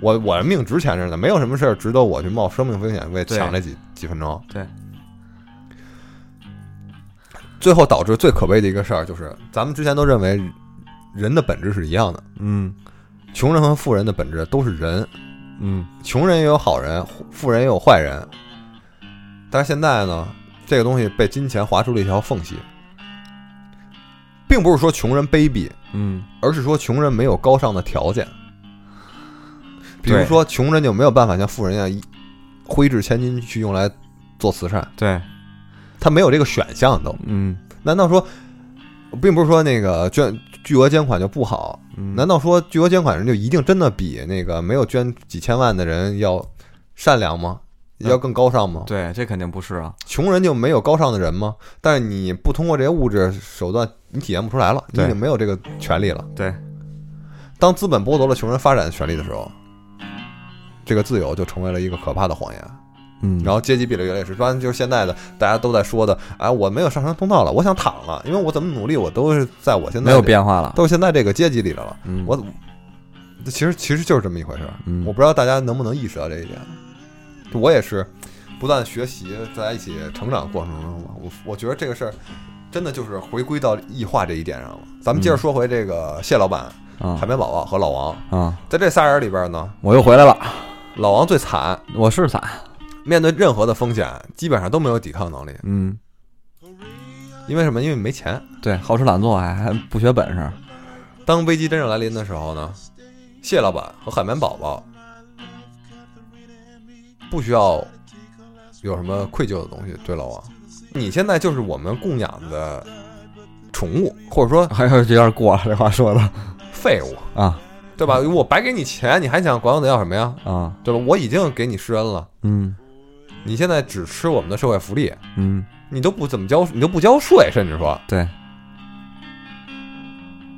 我我的命值钱着呢，没有什么事儿值得我去冒生命风险为对抢这几几分钟。对，最后导致最可悲的一个事儿就是，咱们之前都认为人的本质是一样的，嗯穷人和富人的本质都是人，嗯，穷人也有好人，富人也有坏人。但是现在呢，这个东西被金钱划出了一条缝隙，并不是说穷人卑鄙，嗯，而是说穷人没有高尚的条件。比如对说，穷人就没有办法像富人一样一挥掷千金去用来做慈善，对，他没有这个选项都。嗯难道说，并不是说那个捐巨额捐款就不好？嗯，难道说巨额捐款人就一定真的比那个没有捐几千万的人要善良吗？要更高尚吗？对，这肯定不是啊。穷人就没有高尚的人吗？但是你不通过这些物质手段，你体验不出来了，你已对经没有这个权利了。对，当资本剥夺了穷人发展的权利的时候，这个自由就成为了一个可怕的谎言。嗯然后阶级壁垒越来越深，不然就是现在的大家都在说的，哎，我没有上升通道了，我想躺了，因为我怎么努力，我都是在我现在没有这，变化了。都是现在这个阶级里头了。嗯，我其实其实就是这么一回事儿，嗯我不知道大家能不能意识到这一点。我也是不断学习，大家一起成长过程中嘛，我我觉得这个事儿真的就是回归到异化这一点上了。咱们接着说回这个谢老板、海嗯啊绵宝宝和老王，啊，在这仨人里边呢，我又回来了。老王最惨，我是惨。面对任何的风险，基本上都没有抵抗能力。嗯，因为什么？因为没钱。对，好吃懒做还还不学本事。当危机真正来临的时候呢，蟹老板和海绵宝宝不需要有什么愧疚的东西。对老王，你现在就是我们供养的宠物，或者说还有有点过了，这话说的废物，啊对吧？我白给你钱，你还想管我要什么呀？啊，对吧？我已经给你施恩了，嗯你现在只吃我们的社会福利，嗯，你都不怎么交，你都不交税，甚至说，对，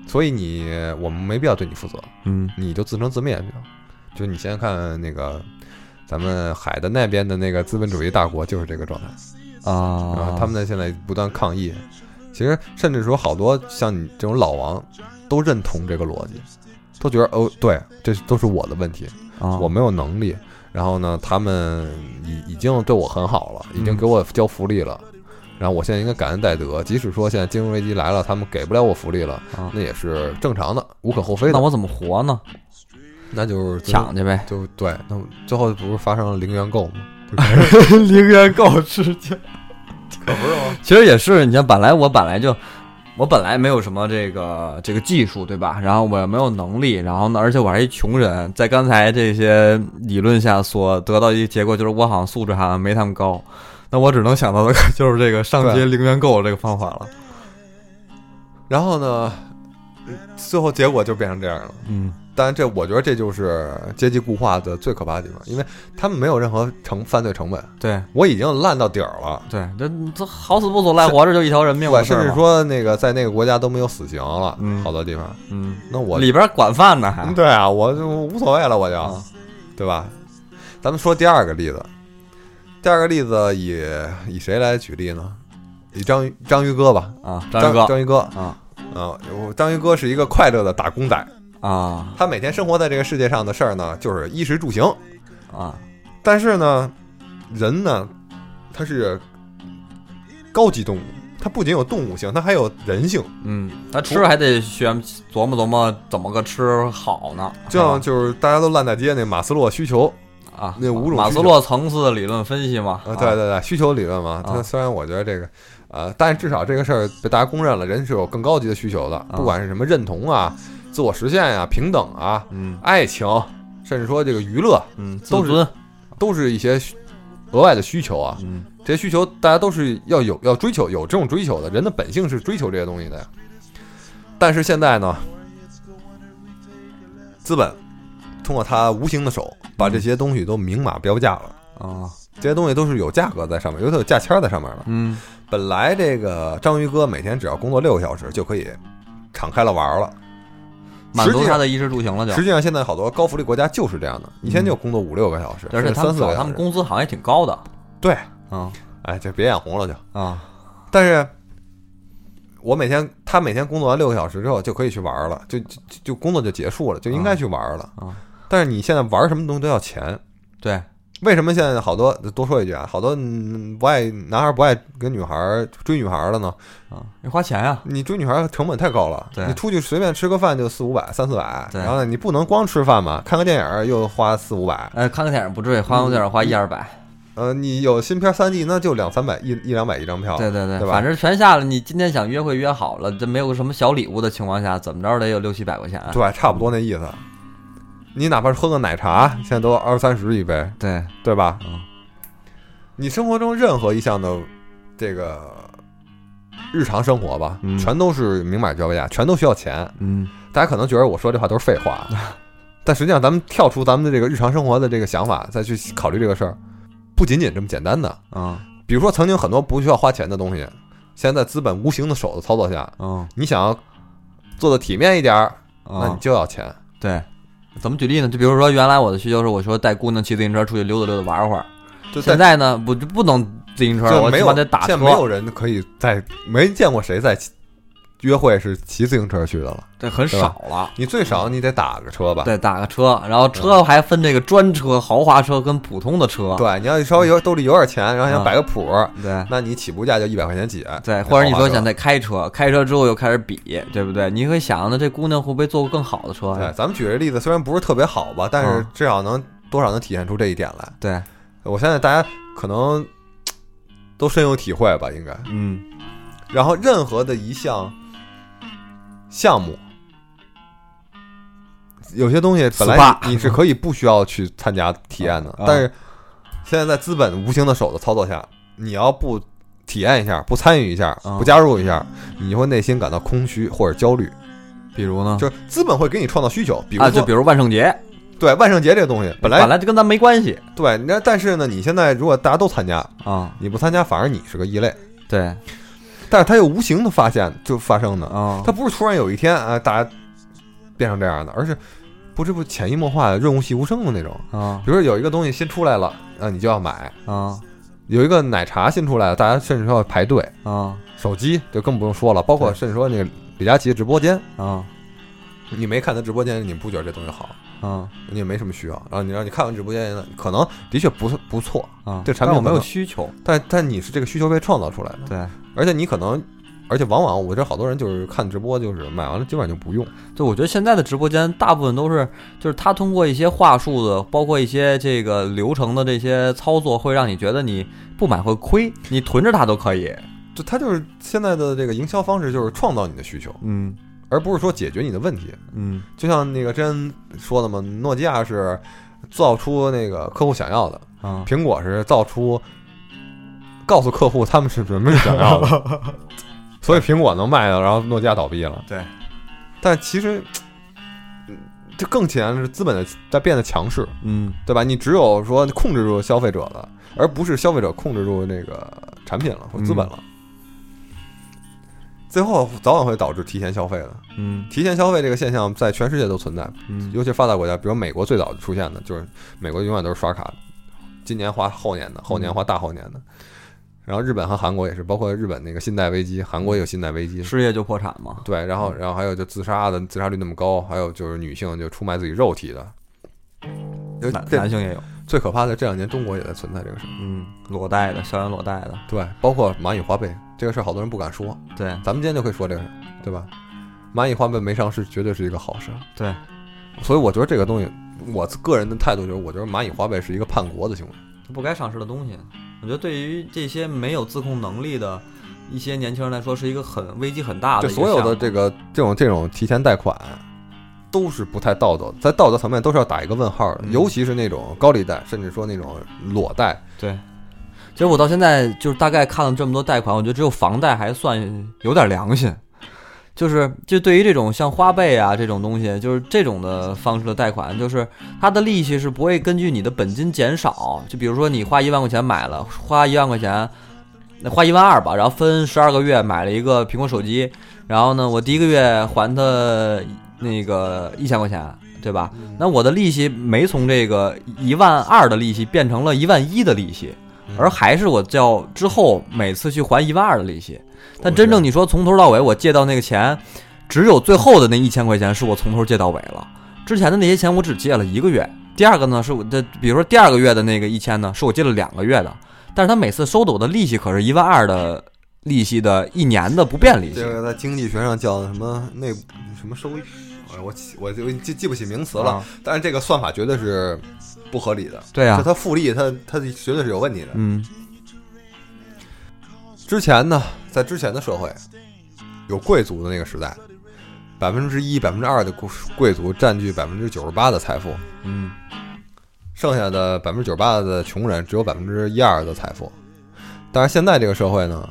所以你我们没必要对你负责。嗯你就自生自灭就行。就你先看那个咱们海的那边的那个资本主义大国就是这个状态，然啊后，他们在现在不断抗议。其实甚至说好多像你这种老王都认同这个逻辑，都觉得哦对，这都是我的问题，啊我没有能力。然后呢，他们已已经对我很好了，已经给嗯我交福利了。然后我现在应该感恩戴德，即使说现在金融危机来了，他们给不了我福利了，啊那也是正常的，无可厚非那的。我怎么活呢？那就是尊重抢去呗。就对，那么最后不是发生了零元购吗？零元购事件，可不是吗？ 其实也是，你像本来我本来就。我本来没有什么这个这个技术，对吧？然后我也没有能力，然后呢，而且我还是一穷人，在刚才这些理论下所得到一结果就是我好像素质好像没他们高，那我只能想到的就是这个上街零元购这个方法了。然后呢，最后结果就变成这样了。嗯当然，这我觉得这就是阶级固化的最可怕的地方，因为他们没有任何成犯罪成本，，对我已经烂到底儿了。对，这这好死不死赖活着就一条人命对，的事甚儿至嘛说那个在那个国家都没有死刑了，嗯好多地方。嗯，那我里边管饭呢还嗯对啊，我就无所谓了，我就，嗯对吧？咱们说第二个例子，第二个例子以以谁来举例呢？以章鱼章鱼哥吧，啊，章张宇哥章鱼哥啊啊，我章鱼哥是一个快乐的打工仔，啊他每天生活在这个世界上的事儿呢，就是衣食住行。啊但是呢，人呢，他是高级动物，他不仅有动物性，他还有人性。嗯，他吃还得学琢磨琢磨怎么个吃好呢，就像就是大家都烂大街那马斯洛需求啊那五种马需斯求洛层次理论分析嘛，啊，对对对，需求理论嘛。他啊虽然我觉得这个。啊，但是至少这个事儿被大家公认了，人是有更高级的需求的，不管是什么认同啊、自我实现呀、平等啊、嗯爱情，甚至说这个娱乐，嗯，自都是啊尊，都是一些需额外的需求啊。嗯这些需求大家都是要有要追求，有这种追求的。人的本性是追求这些东西的呀。但是现在呢，资本通过他无形的手，把这些东西都明码标价了。啊这些东西都是有价格在上面，有它有价签在上面了。嗯本来这个章鱼哥每天只要工作六个小时就可以敞开了玩了，满实足际他上的衣食住行了就实，际上现在好多高福利国家就是这样的，一天就工作五六个小时，嗯而且他甚至三们四个小时。他们工资好像也挺高的对，啊哎，就别眼红了就。啊但是我每天他每天工作完六个小时之后就可以去玩了，就就就工作就结束了，就应该去玩了。啊但是你现在玩什么东西都要钱，对为什么现在好多多说一句啊，好多嗯不爱男孩不爱跟女孩追女孩了呢？啊，你花钱呀，你追女孩成本太高了，对你出去随便吃个饭就四五百、三四百，对然后呢你不能光吃饭嘛，看个电影又花四五百，呃，看个电影不至于花个电影嗯花一二百，呃，你有新片三 D 那就两三百一一两百一张票，对对对吧反正全下来，你今天想约会约好了，这没有什么小礼物的情况下，怎么着得有六七百块钱，啊对，差不多那意思。你哪怕是喝个奶茶，现在都二三十一杯，对对吧？嗯你生活中任何一项的这个日常生活吧，嗯全都是明码标价，全都需要钱。嗯。 大家可能觉得我说这话都是废话，但实际上，咱们跳出咱们的这个日常生活的这个想法，再去考虑这个事儿，不仅仅这么简单的。嗯比如说，曾经很多不需要花钱的东西，现在在资本无形的手的操作下，嗯你想要做的体面一点儿，那你嗯，就要钱。对。怎么举例呢？就比如说，原来我的需求是，我说带姑娘骑自行车出去溜达溜达玩会儿。就现在在呢，我就不能自行车了，就我没他有妈得打车现在。没有人可以在没见过谁在约会是骑自行车去的了。这很对吧少了。你最少你得打个车吧？对，打个车，然后车还分这个专车、豪华车跟普通的车。对，你要稍微有兜里有点钱，然后想摆个谱，对那你起步价就一百块钱起。啊对，或者你说想那再开车，开车之后又开始比，对不对？你会想呢，这姑娘会不会坐过更好的车豪华车呀对，？咱们举这例子虽然不是特别好吧，但是嗯至少能多少能体现出这一点来。对，我相信大家可能都深有体会吧，应该。嗯然后任何的一项项目，有些东西本来 SPA 你你是可以不需要去参加体验的啊，但是现在在资本无形的手的操作下，你要不体验一下，不参与一下，啊不加入一下，你会内心感到空虚或者焦虑。比如呢？就是资本会给你创造需求，比如啊，说就比如万圣节，对万圣节这个东西，本本来来就跟咱没关系对，那但是呢，你现在如果大家都参加，啊。你不参加反而你是个异类，对但是它又无形的发现就发生的。啊它，不是突然有一天啊，大家变成这样的，而是不知不潜移默化的润物细无声的那种。啊比如说有一个东西新出来了，啊，你就要买；啊有一个奶茶新出来了，大家甚至说要排队。啊手机就更不用说了，包括对甚至说那个李佳琦的直播间，啊你没看他直播间，你不觉得这东西好，啊你也没什么需要。然后你让你看完直播间呢，可能的确不不错，啊！这产但品我没有可能需求，但但你是这个需求被创造出来的，对，而且你可能，而且往往我这好多人就是看直播，就是买完了基本上就不用。就我觉得现在的直播间大部分都是，就是他通过一些话术的，包括一些这个流程的这些操作，会让你觉得你不买会亏，你囤着它都可以。就他就是现在的这个营销方式，就是创造你的需求，嗯而不是说解决你的问题。嗯就像那个真说的嘛，诺基亚是造出那个客户想要的，啊苹果是造出告诉客户他们是什么想要的，所以苹果能卖了，然后诺基亚倒闭了。对，但其实。嗯这更显然是资本的在变得强势，嗯对吧？你只有说控制住消费者了，而不是消费者控制住那个产品了或资本了，嗯最后早晚会导致提前消费的。嗯提前消费这个现象在全世界都存在，嗯尤其发达国家，比如美国最早出现的就是美国永远都是刷卡，今年花后年的，后年花大后年的。然后日本和韩国也是，包括日本那个信贷危机，韩国也有信贷危机，失业就破产嘛。对，然后然后还有就自杀的自杀率那么高，还有就是女性就出卖自己肉体的，就男这男性也有，最可怕的这两年中国也在存在这个事儿，嗯，裸贷的，校园裸贷的，对，包括蚂蚁花呗这个事儿，好多人不敢说，对咱们今天就可以说这个事儿，对吧？蚂蚁花呗没上市绝对是一个好事儿，对，所以我觉得这个东西，我个人的态度就是，我觉得蚂蚁花呗是一个叛国的行为。不该上市的东西。我觉得对于这些没有自控能力的一些年轻人来说，是一个很危机很大的就一个所有项的目这个这种这种提前贷款，都是不太道德，在道德层面都是要打一个问号的，嗯尤其是那种高利贷，甚至说那种裸贷，对，其实我到现在就是大概看了这么多贷款，我觉得只有房贷还算有点良心。就是，就对于这种像花呗啊这种东西，就是这种的方式的贷款，就是它的利息是不会根据你的本金减少。就比如说你花一万块钱买了，花一万块钱，那花一万二吧，然后分十二个月买了一个苹果手机，然后呢，我第一个月还他那个一千块钱，对吧？那我的利息没从这个一万二的利息变成了一万一的利息，而还是我叫之后每次去还一万二的利息。但真正你说从头到尾我借到那个钱，只有最后的那一千块钱是我从头借到尾了，之前的那些钱我只借了一个月。第二个呢是我的，比如说第二个月的那个一千呢，是我借了两个月的，但是他每次收的我的利息可是一万二的利息的一年的不变利息这。个在经济学上叫什么内什么收益，哎我起我就记记不起名词了，啊但是这个算法绝对是不合理的，对啊就，它复利它它绝对是有问题的。嗯之前呢，在之前的社会，有贵族的那个时代，百分之一、百分之二的贵贵族占据百分之九十八的财富，嗯剩下的百分之九十八的穷人只有百分之一二的财富。但是现在这个社会呢，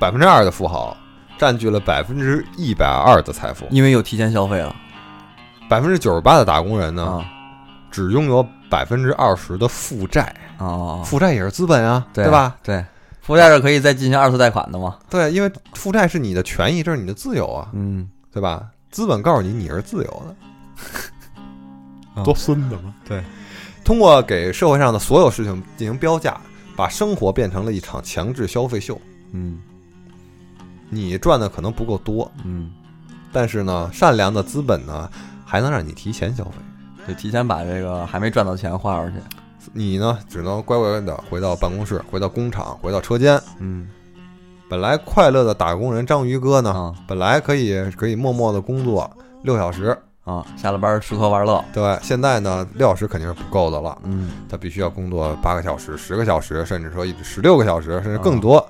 百分之二的富豪占据了百分之一百二的财富，因为有提前消费了。百分之九十八的打工人呢，啊只拥有百分之二十的负债，哦，负债也是资本啊，对对吧？？对，负债是可以再进行二次贷款的嘛？对，因为负债是你的权益，这是你的自由啊，嗯，对吧？资本告诉你你是自由啊的，多孙子嘛。对，通过给社会上的所有事情进行标价，把生活变成了一场强制消费秀。嗯你赚的可能不够多，嗯，但是呢，善良的资本呢，还能让你提前消费。就提前把这个还没赚到钱花出去。你呢，只能乖乖的回到办公室，回到工厂，回到车间。嗯本来快乐的打工人章鱼哥呢，啊本来可以可以默默的工作六小时，啊，下了班吃喝玩乐。对，现在呢六小时肯定是不够的了，嗯他必须要工作八个小时、十个小时，甚至说一十六个小时，甚至更啊多。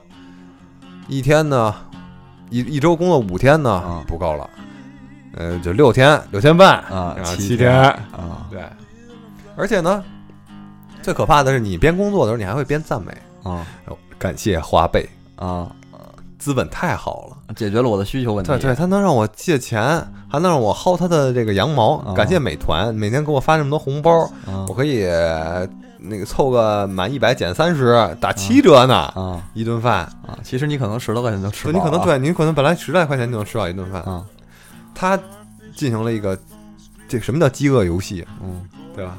一天呢，一一周工作五天呢、啊不够了，呃，就六天，六天半，啊然，后七天，啊对。而且呢，最可怕的是，你边工作的时候，你还会边赞美，啊感谢花呗，啊，资本太好了。解决了我的需求问题。对对，他能让我借钱，还能让我薅他的这个羊毛。啊感谢美团每天给我发这么多红包，啊我可以呃那个凑个满一百减三十，打七折呢，啊一顿饭。啊，其实你可能十多块钱就吃对饱你了可能对你可能本来十来块钱就能吃到一顿饭，啊，他进行了一个这什么叫饥饿游戏，嗯对吧？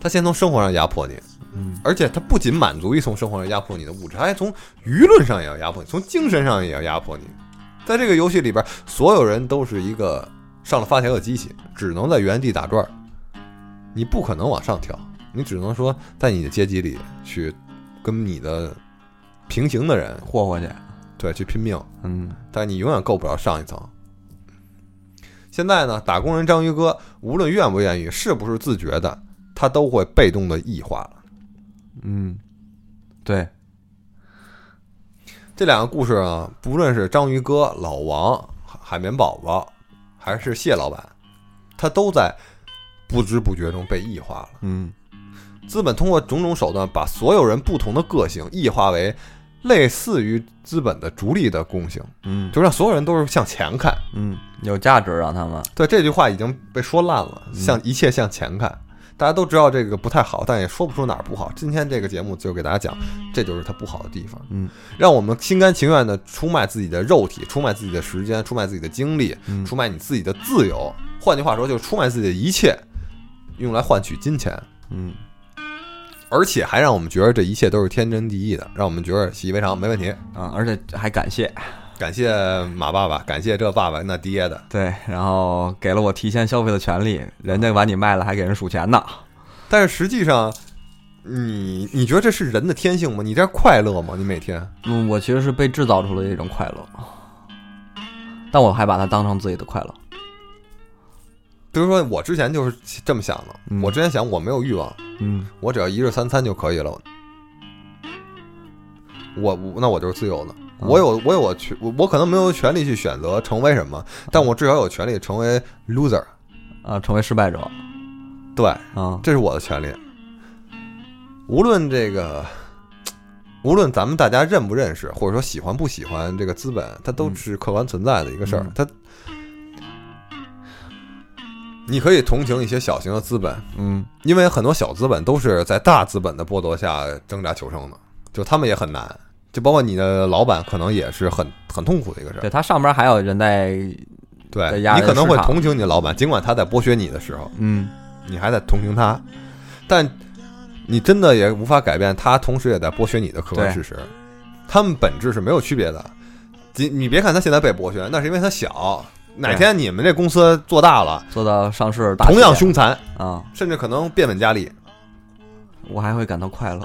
他先从生活上压迫你，嗯而且他不仅满足于从生活上压迫你的物质，他还从舆论上也要压迫你，从精神上也要压迫你。在这个游戏里边，所有人都是一个上了发条的机器，只能在原地打转儿，你不可能往上跳，你只能说在你的阶级里去跟你的平行的人霍霍去。对去拼命，嗯但你永远够不着上一层。现在呢，打工人章鱼哥无论愿不愿意，是不是自觉的，他都会被动的异化了。嗯，对，这两个故事啊，不论是章鱼哥、老王、海绵宝宝，还是蟹老板，他都在不知不觉中被异化了。嗯资本通过种种手段，把所有人不同的个性异化为类似于资本的逐利的共性，嗯就让所有人都是向前看。嗯，有价值让他们对这句话已经被说烂了，嗯向一切向前看。大家都知道这个不太好，但也说不出哪儿不好。今天这个节目就给大家讲，这就是它不好的地方。嗯，让我们心甘情愿的出卖自己的肉体，出卖自己的时间，出卖自己的精力，嗯出卖你自己的自由。换句话说，就是出卖自己的一切，用来换取金钱，嗯而且还让我们觉得这一切都是天经地义的，让我们觉得习以为常，没问题。啊，而且还感谢感谢马爸爸，感谢这爸爸那爹的。对，然后给了我提前消费的权利，人家把你卖了还给人数钱呢。但是实际上，你你觉得这是人的天性吗？你这样快乐吗？你每天嗯，我其实是被制造出了一种快乐，但我还把它当成自己的快乐。比如说，我之前就是这么想的。嗯我之前想，我没有欲望，嗯我只要一日三餐就可以了。我我那我就是自由的，嗯我有我有我去，我我可能没有权利去选择成为什么，嗯但我至少有权利成为 loser，啊，成为失败者对，啊，这是我的权利。无论这个，无论咱们大家认不认识，或者说喜欢不喜欢这个资本，它都嗯是客观存在的一个事儿嗯。它，你可以同情一些小型的资本，嗯因为很多小资本都是在大资本的剥夺下挣扎求生的，就他们也很难。就包括你的老板，可能也是很很痛苦的一个事对，儿。它上边还有人在在对压你着可能会市场同情你的老板，尽管他在剥削你的时候，嗯你还在同情他，但你真的也无法改变他，同时也在剥削你的客观对事实。他们本质是没有区别的。你你别看他现在被剥削，那是因为他小。哪天你们这公司做大了，做到上市大同样企业凶残，啊，甚至可能变本加厉。我还会感到快乐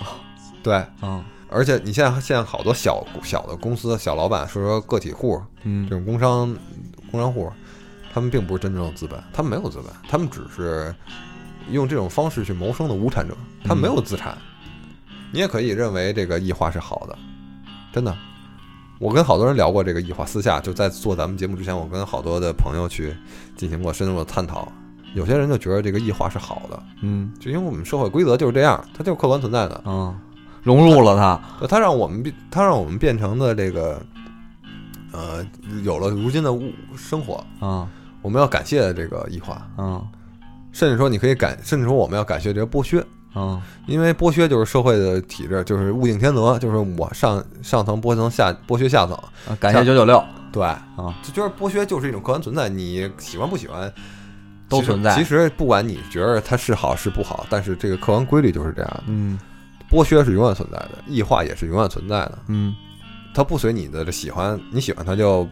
对，啊，而且你现在现在好多小小的公司、小老板，说说个体户这嗯种工商工商户，他们并不是真正的资本，他们没有资本，他们只是用这种方式去谋生的无产者，他们没有资产。你也可以认为这个异化是好的，真的。我跟好多人聊过这个异化，私下就在做咱们节目之前，我跟好多的朋友去进行过深入的探讨。有些人就觉得这个异化是好的，嗯就因为我们社会规则就是这样，它就是客观存在的。啊，融入了它，对，它让我们变，它让我们变成的这个，呃，有了如今的物生活，啊我们要感谢这个异化。啊甚至说你可以感，甚至说我们要感谢这个剥削，嗯因为剥削就是社会的体制，就是物竞天择，就是我上上层剥层下剥削下层，啊感谢九九六，对啊，就就是剥削就是一种客观存在，你喜欢不喜欢都其实存在其实不管你觉得它是好是不好，但是这个客观规律就是这样的，嗯剥削是永远存在的，异化也是永远存在的，嗯它不随你的喜欢，你喜欢它就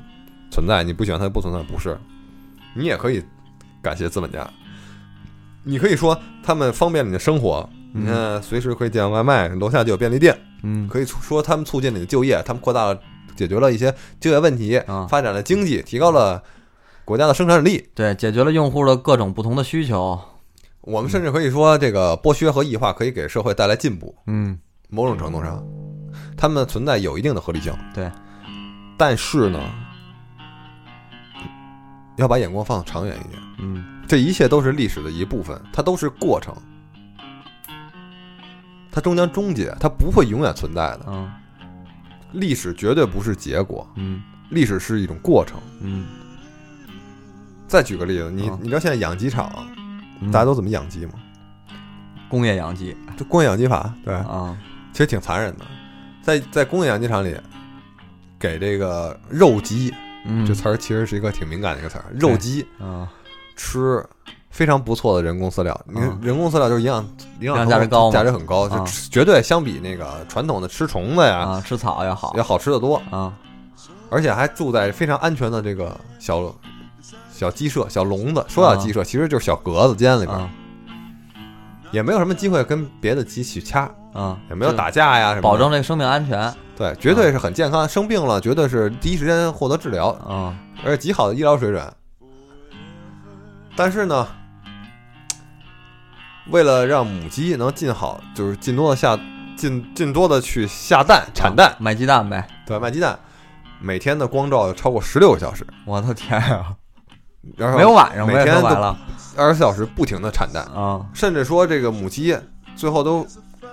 存在，你不喜欢它就不存在，不是？你也可以感谢资本家，你可以说他们方便了你的生活，你看随时可以点外卖，楼下就有便利店，嗯可以促说他们促进了你的就业，他们扩大了解决了一些就业问题，啊，发展了经济，提高了国家的生产力。对，解决了用户的各种不同的需求，我们甚至可以说，这个剥削和异化可以给社会带来进步，嗯某种程度上，他们存在有一定的合理性。对，但是呢，要把眼光放长远一点，嗯这一切都是历史的一部分，它都是过程，它终将终结，它不会永远存在的。嗯历史绝对不是结果，嗯历史是一种过程。嗯，再举个例子，你嗯你知道现在养鸡场嗯大家都怎么养鸡吗？工业养鸡就工业养鸡法，对，啊，其实挺残忍的。在在工业养鸡场里，给这个肉鸡嗯这词儿其实是一个挺敏感的一个词儿，肉鸡啊，吃非常不错的人工饲料，你嗯人工饲料就是营养营养营养价值高嘛价值很高，啊就吃绝对相比那个传统的吃虫子呀啊，吃草也好要好吃的多，啊，而且还住在非常安全的这个小小鸡舍、小笼子。说叫鸡嗯舍，其实就是小格子间里边，啊也没有什么机会跟别的鸡去掐，啊，也没有打架呀什么的，保证这嗯个生命安全啊对，绝对是很健康。生病了，绝对是第一时间获得治疗，啊，而且极好的医疗水准。但是呢，为了让母鸡能尽好，就是尽多的下尽尽多的去下蛋产蛋，买鸡蛋呗，对，卖鸡蛋，每天的光照要超过十六个小时， 我的天啊，然 后没有晚上每我也天说都完了二十四小时不停的产蛋， 啊，甚至说这个母鸡最后都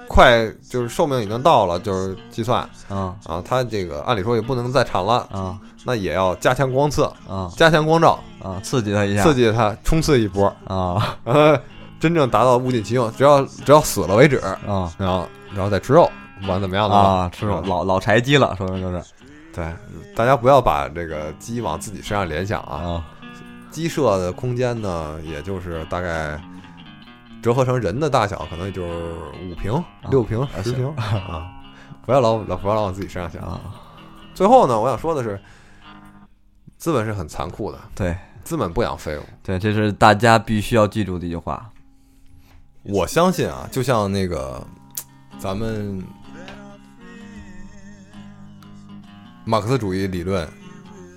快就是寿命已经到了，就是计算啊啊，它这个按理说也不能再产了，啊那也要加强光测，啊加强光照，啊，刺激他一下，刺激它冲刺一波，啊然后呃真正达到物尽其用，只要只要死了为止，啊然后然后再吃肉，不管怎么样的话啊，吃肉老老柴鸡了，说明就是对，大家不要把这个鸡往自己身上联想啊，啊，鸡舍的空间呢，也就是大概。折合成人的大小，可能也就是五平、六平、十平啊，不要老老不要老往自己身上想。啊，最后呢，我想说的是，资本是很残酷的，对资本不养废物，对，这是大家必须要记住的一句话，我相信啊，就像那个咱们马克思主义理论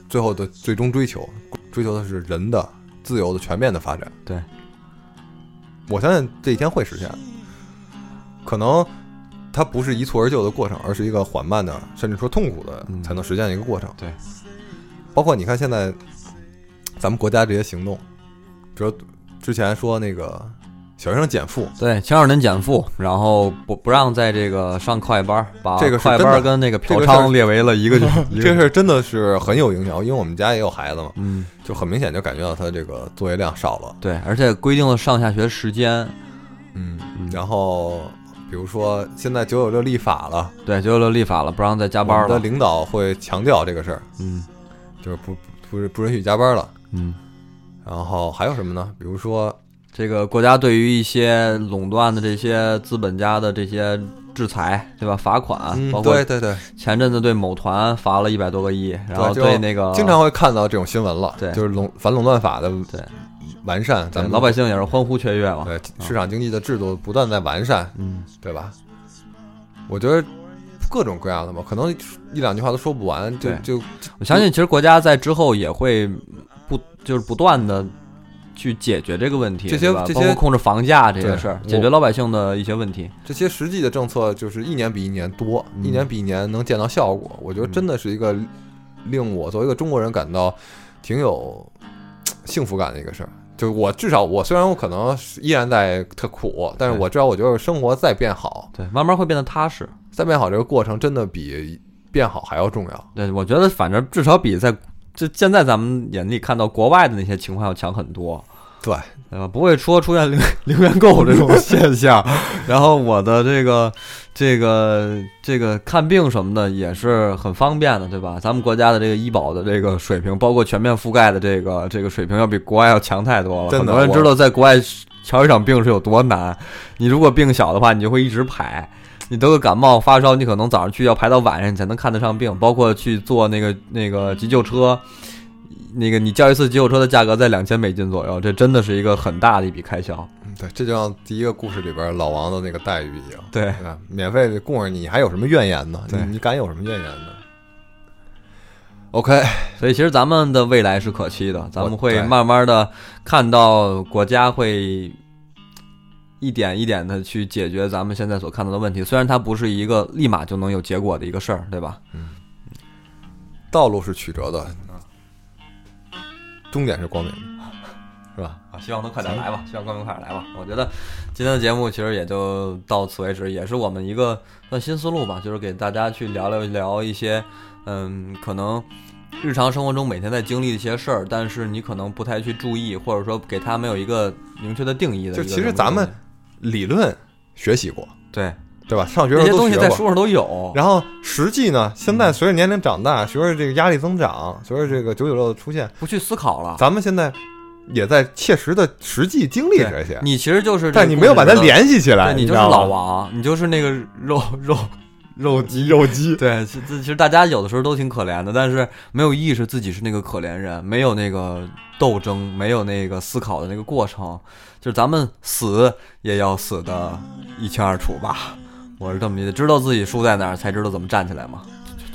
最后的最终追求，追求的是人的自由的全面的发展。对，我相信这一天会实现的，可能它不是一蹴而就的过程，而是一个缓慢的，甚至说痛苦的嗯才能实现的一个过程。对，包括你看现在咱们国家这些行动，比如之前说那个小学生减负。对，青少年减负，然后不不让在这个上课外班儿，把这个是课外真班儿的跟那个这嫖个事儿娼列为了一个 一这个，事儿真的是很有影响，因为我们家也有孩子嘛，嗯，就很明显就感觉到他这个作业量少了。对，而且规定了上下学时间，嗯，然后比如说现在九九六立法了，对，九九六立法了，不让再加加班的了，领导会强调这个事儿，嗯就是不不不允许加班了。嗯，然后还有什么呢？比如说，这个国家对于一些垄断的这些资本家的这些制裁，对吧？罚款，嗯包，括对对对，前阵子对某团罚了一百多个亿，然后就对那个经常会看到这种新闻了，对就是垄反垄断法的对完善，咱对们老百姓啊也是欢呼雀跃嘛，对市场经济的制度不断在完善，嗯对吧？我觉得各种各样的嘛，可能一两句话都说不完，就对就我相信，其实国家在之后也会不就是不断的去解决这个问题，这些对吧这些包括控制房价这些事儿，对解决老百姓的一些问题。这些实际的政策就是一年比一年多，嗯一年比一年能见到效果。我觉得真的是一个令我作为一个中国人感到挺有嘖幸福感的一个事儿。就我至少我虽然我可能是依然在特苦，但是我知道我觉得生活再变好，对，慢慢会变得踏实。再变好这个过程真的比变好还要重要。对，我觉得反正至少比在就现在咱们眼里看到国外的那些情况要强很多。对，对吧？不会说出现零零元购这种现 象。然后我的这个这个这个看病什么的也是很方便的，对吧？咱们国家的这个医保的这个水平，包括全面覆盖的这个这个水平，要比国外要强太多了。真的很多人知道在国外瞧一场病是有多难，你如果病小的话，你就会一直排。你得个感冒发烧，你可能早上去要排到晚上，你才能看得上病。包括去坐那个那个急救车，那个你叫一次急救车的价格在两千美金左右，这真的是一个很大的一笔开销。嗯对，这就像第一个故事里边老王的那个待遇一样，对，对吧？免费供着你，还有什么怨言呢？你对你敢有什么怨言呢？OK，所以其实咱们的未来是可期的，咱们会对慢慢的看到国家会一点一点的去解决咱们现在所看到的问题。虽然它不是一个立马就能有结果的一个事儿，对吧？道路是曲折的，终点是光明的，是吧？啊，希望他快点来吧，希望观众快点来吧。我觉得今天的节目其实也就到此为止，也是我们一个算新思路吧，就是给大家去聊聊聊一些，嗯，可能日常生活中每天在经历的一些事儿，但是你可能不太去注意，或者说给他没有一个明确的定义的一个就东西。其实咱们理论学习过，对对吧？上学这时些候都东西学在过。书上都有，然后实际呢，现在随着年龄长嗯大，随着这个压力增长，随着这个九九六的出现，不去思考了。咱们现在也在切实的实际经历对这些，你其实就是这个故事但的，你没有把它联系起来，对你就是知道吗老王，你就是那个肉肉肉鸡肉 鸡。对，其其实大家有的时候都挺可怜的，但是没有意识自己是那个可怜人，没有那个斗争，没有那个思考的那个过程，就是咱们死也要死的一清二楚吧。我是这么理解，知道自己输在哪儿，才知道怎么站起来嘛。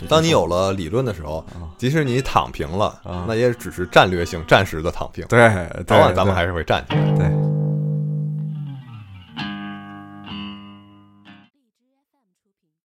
就当你有了理论的时候，嗯即使你躺平了啊，那也只是战略性、暂时的躺平，对，早晚咱们还是会站起来。对。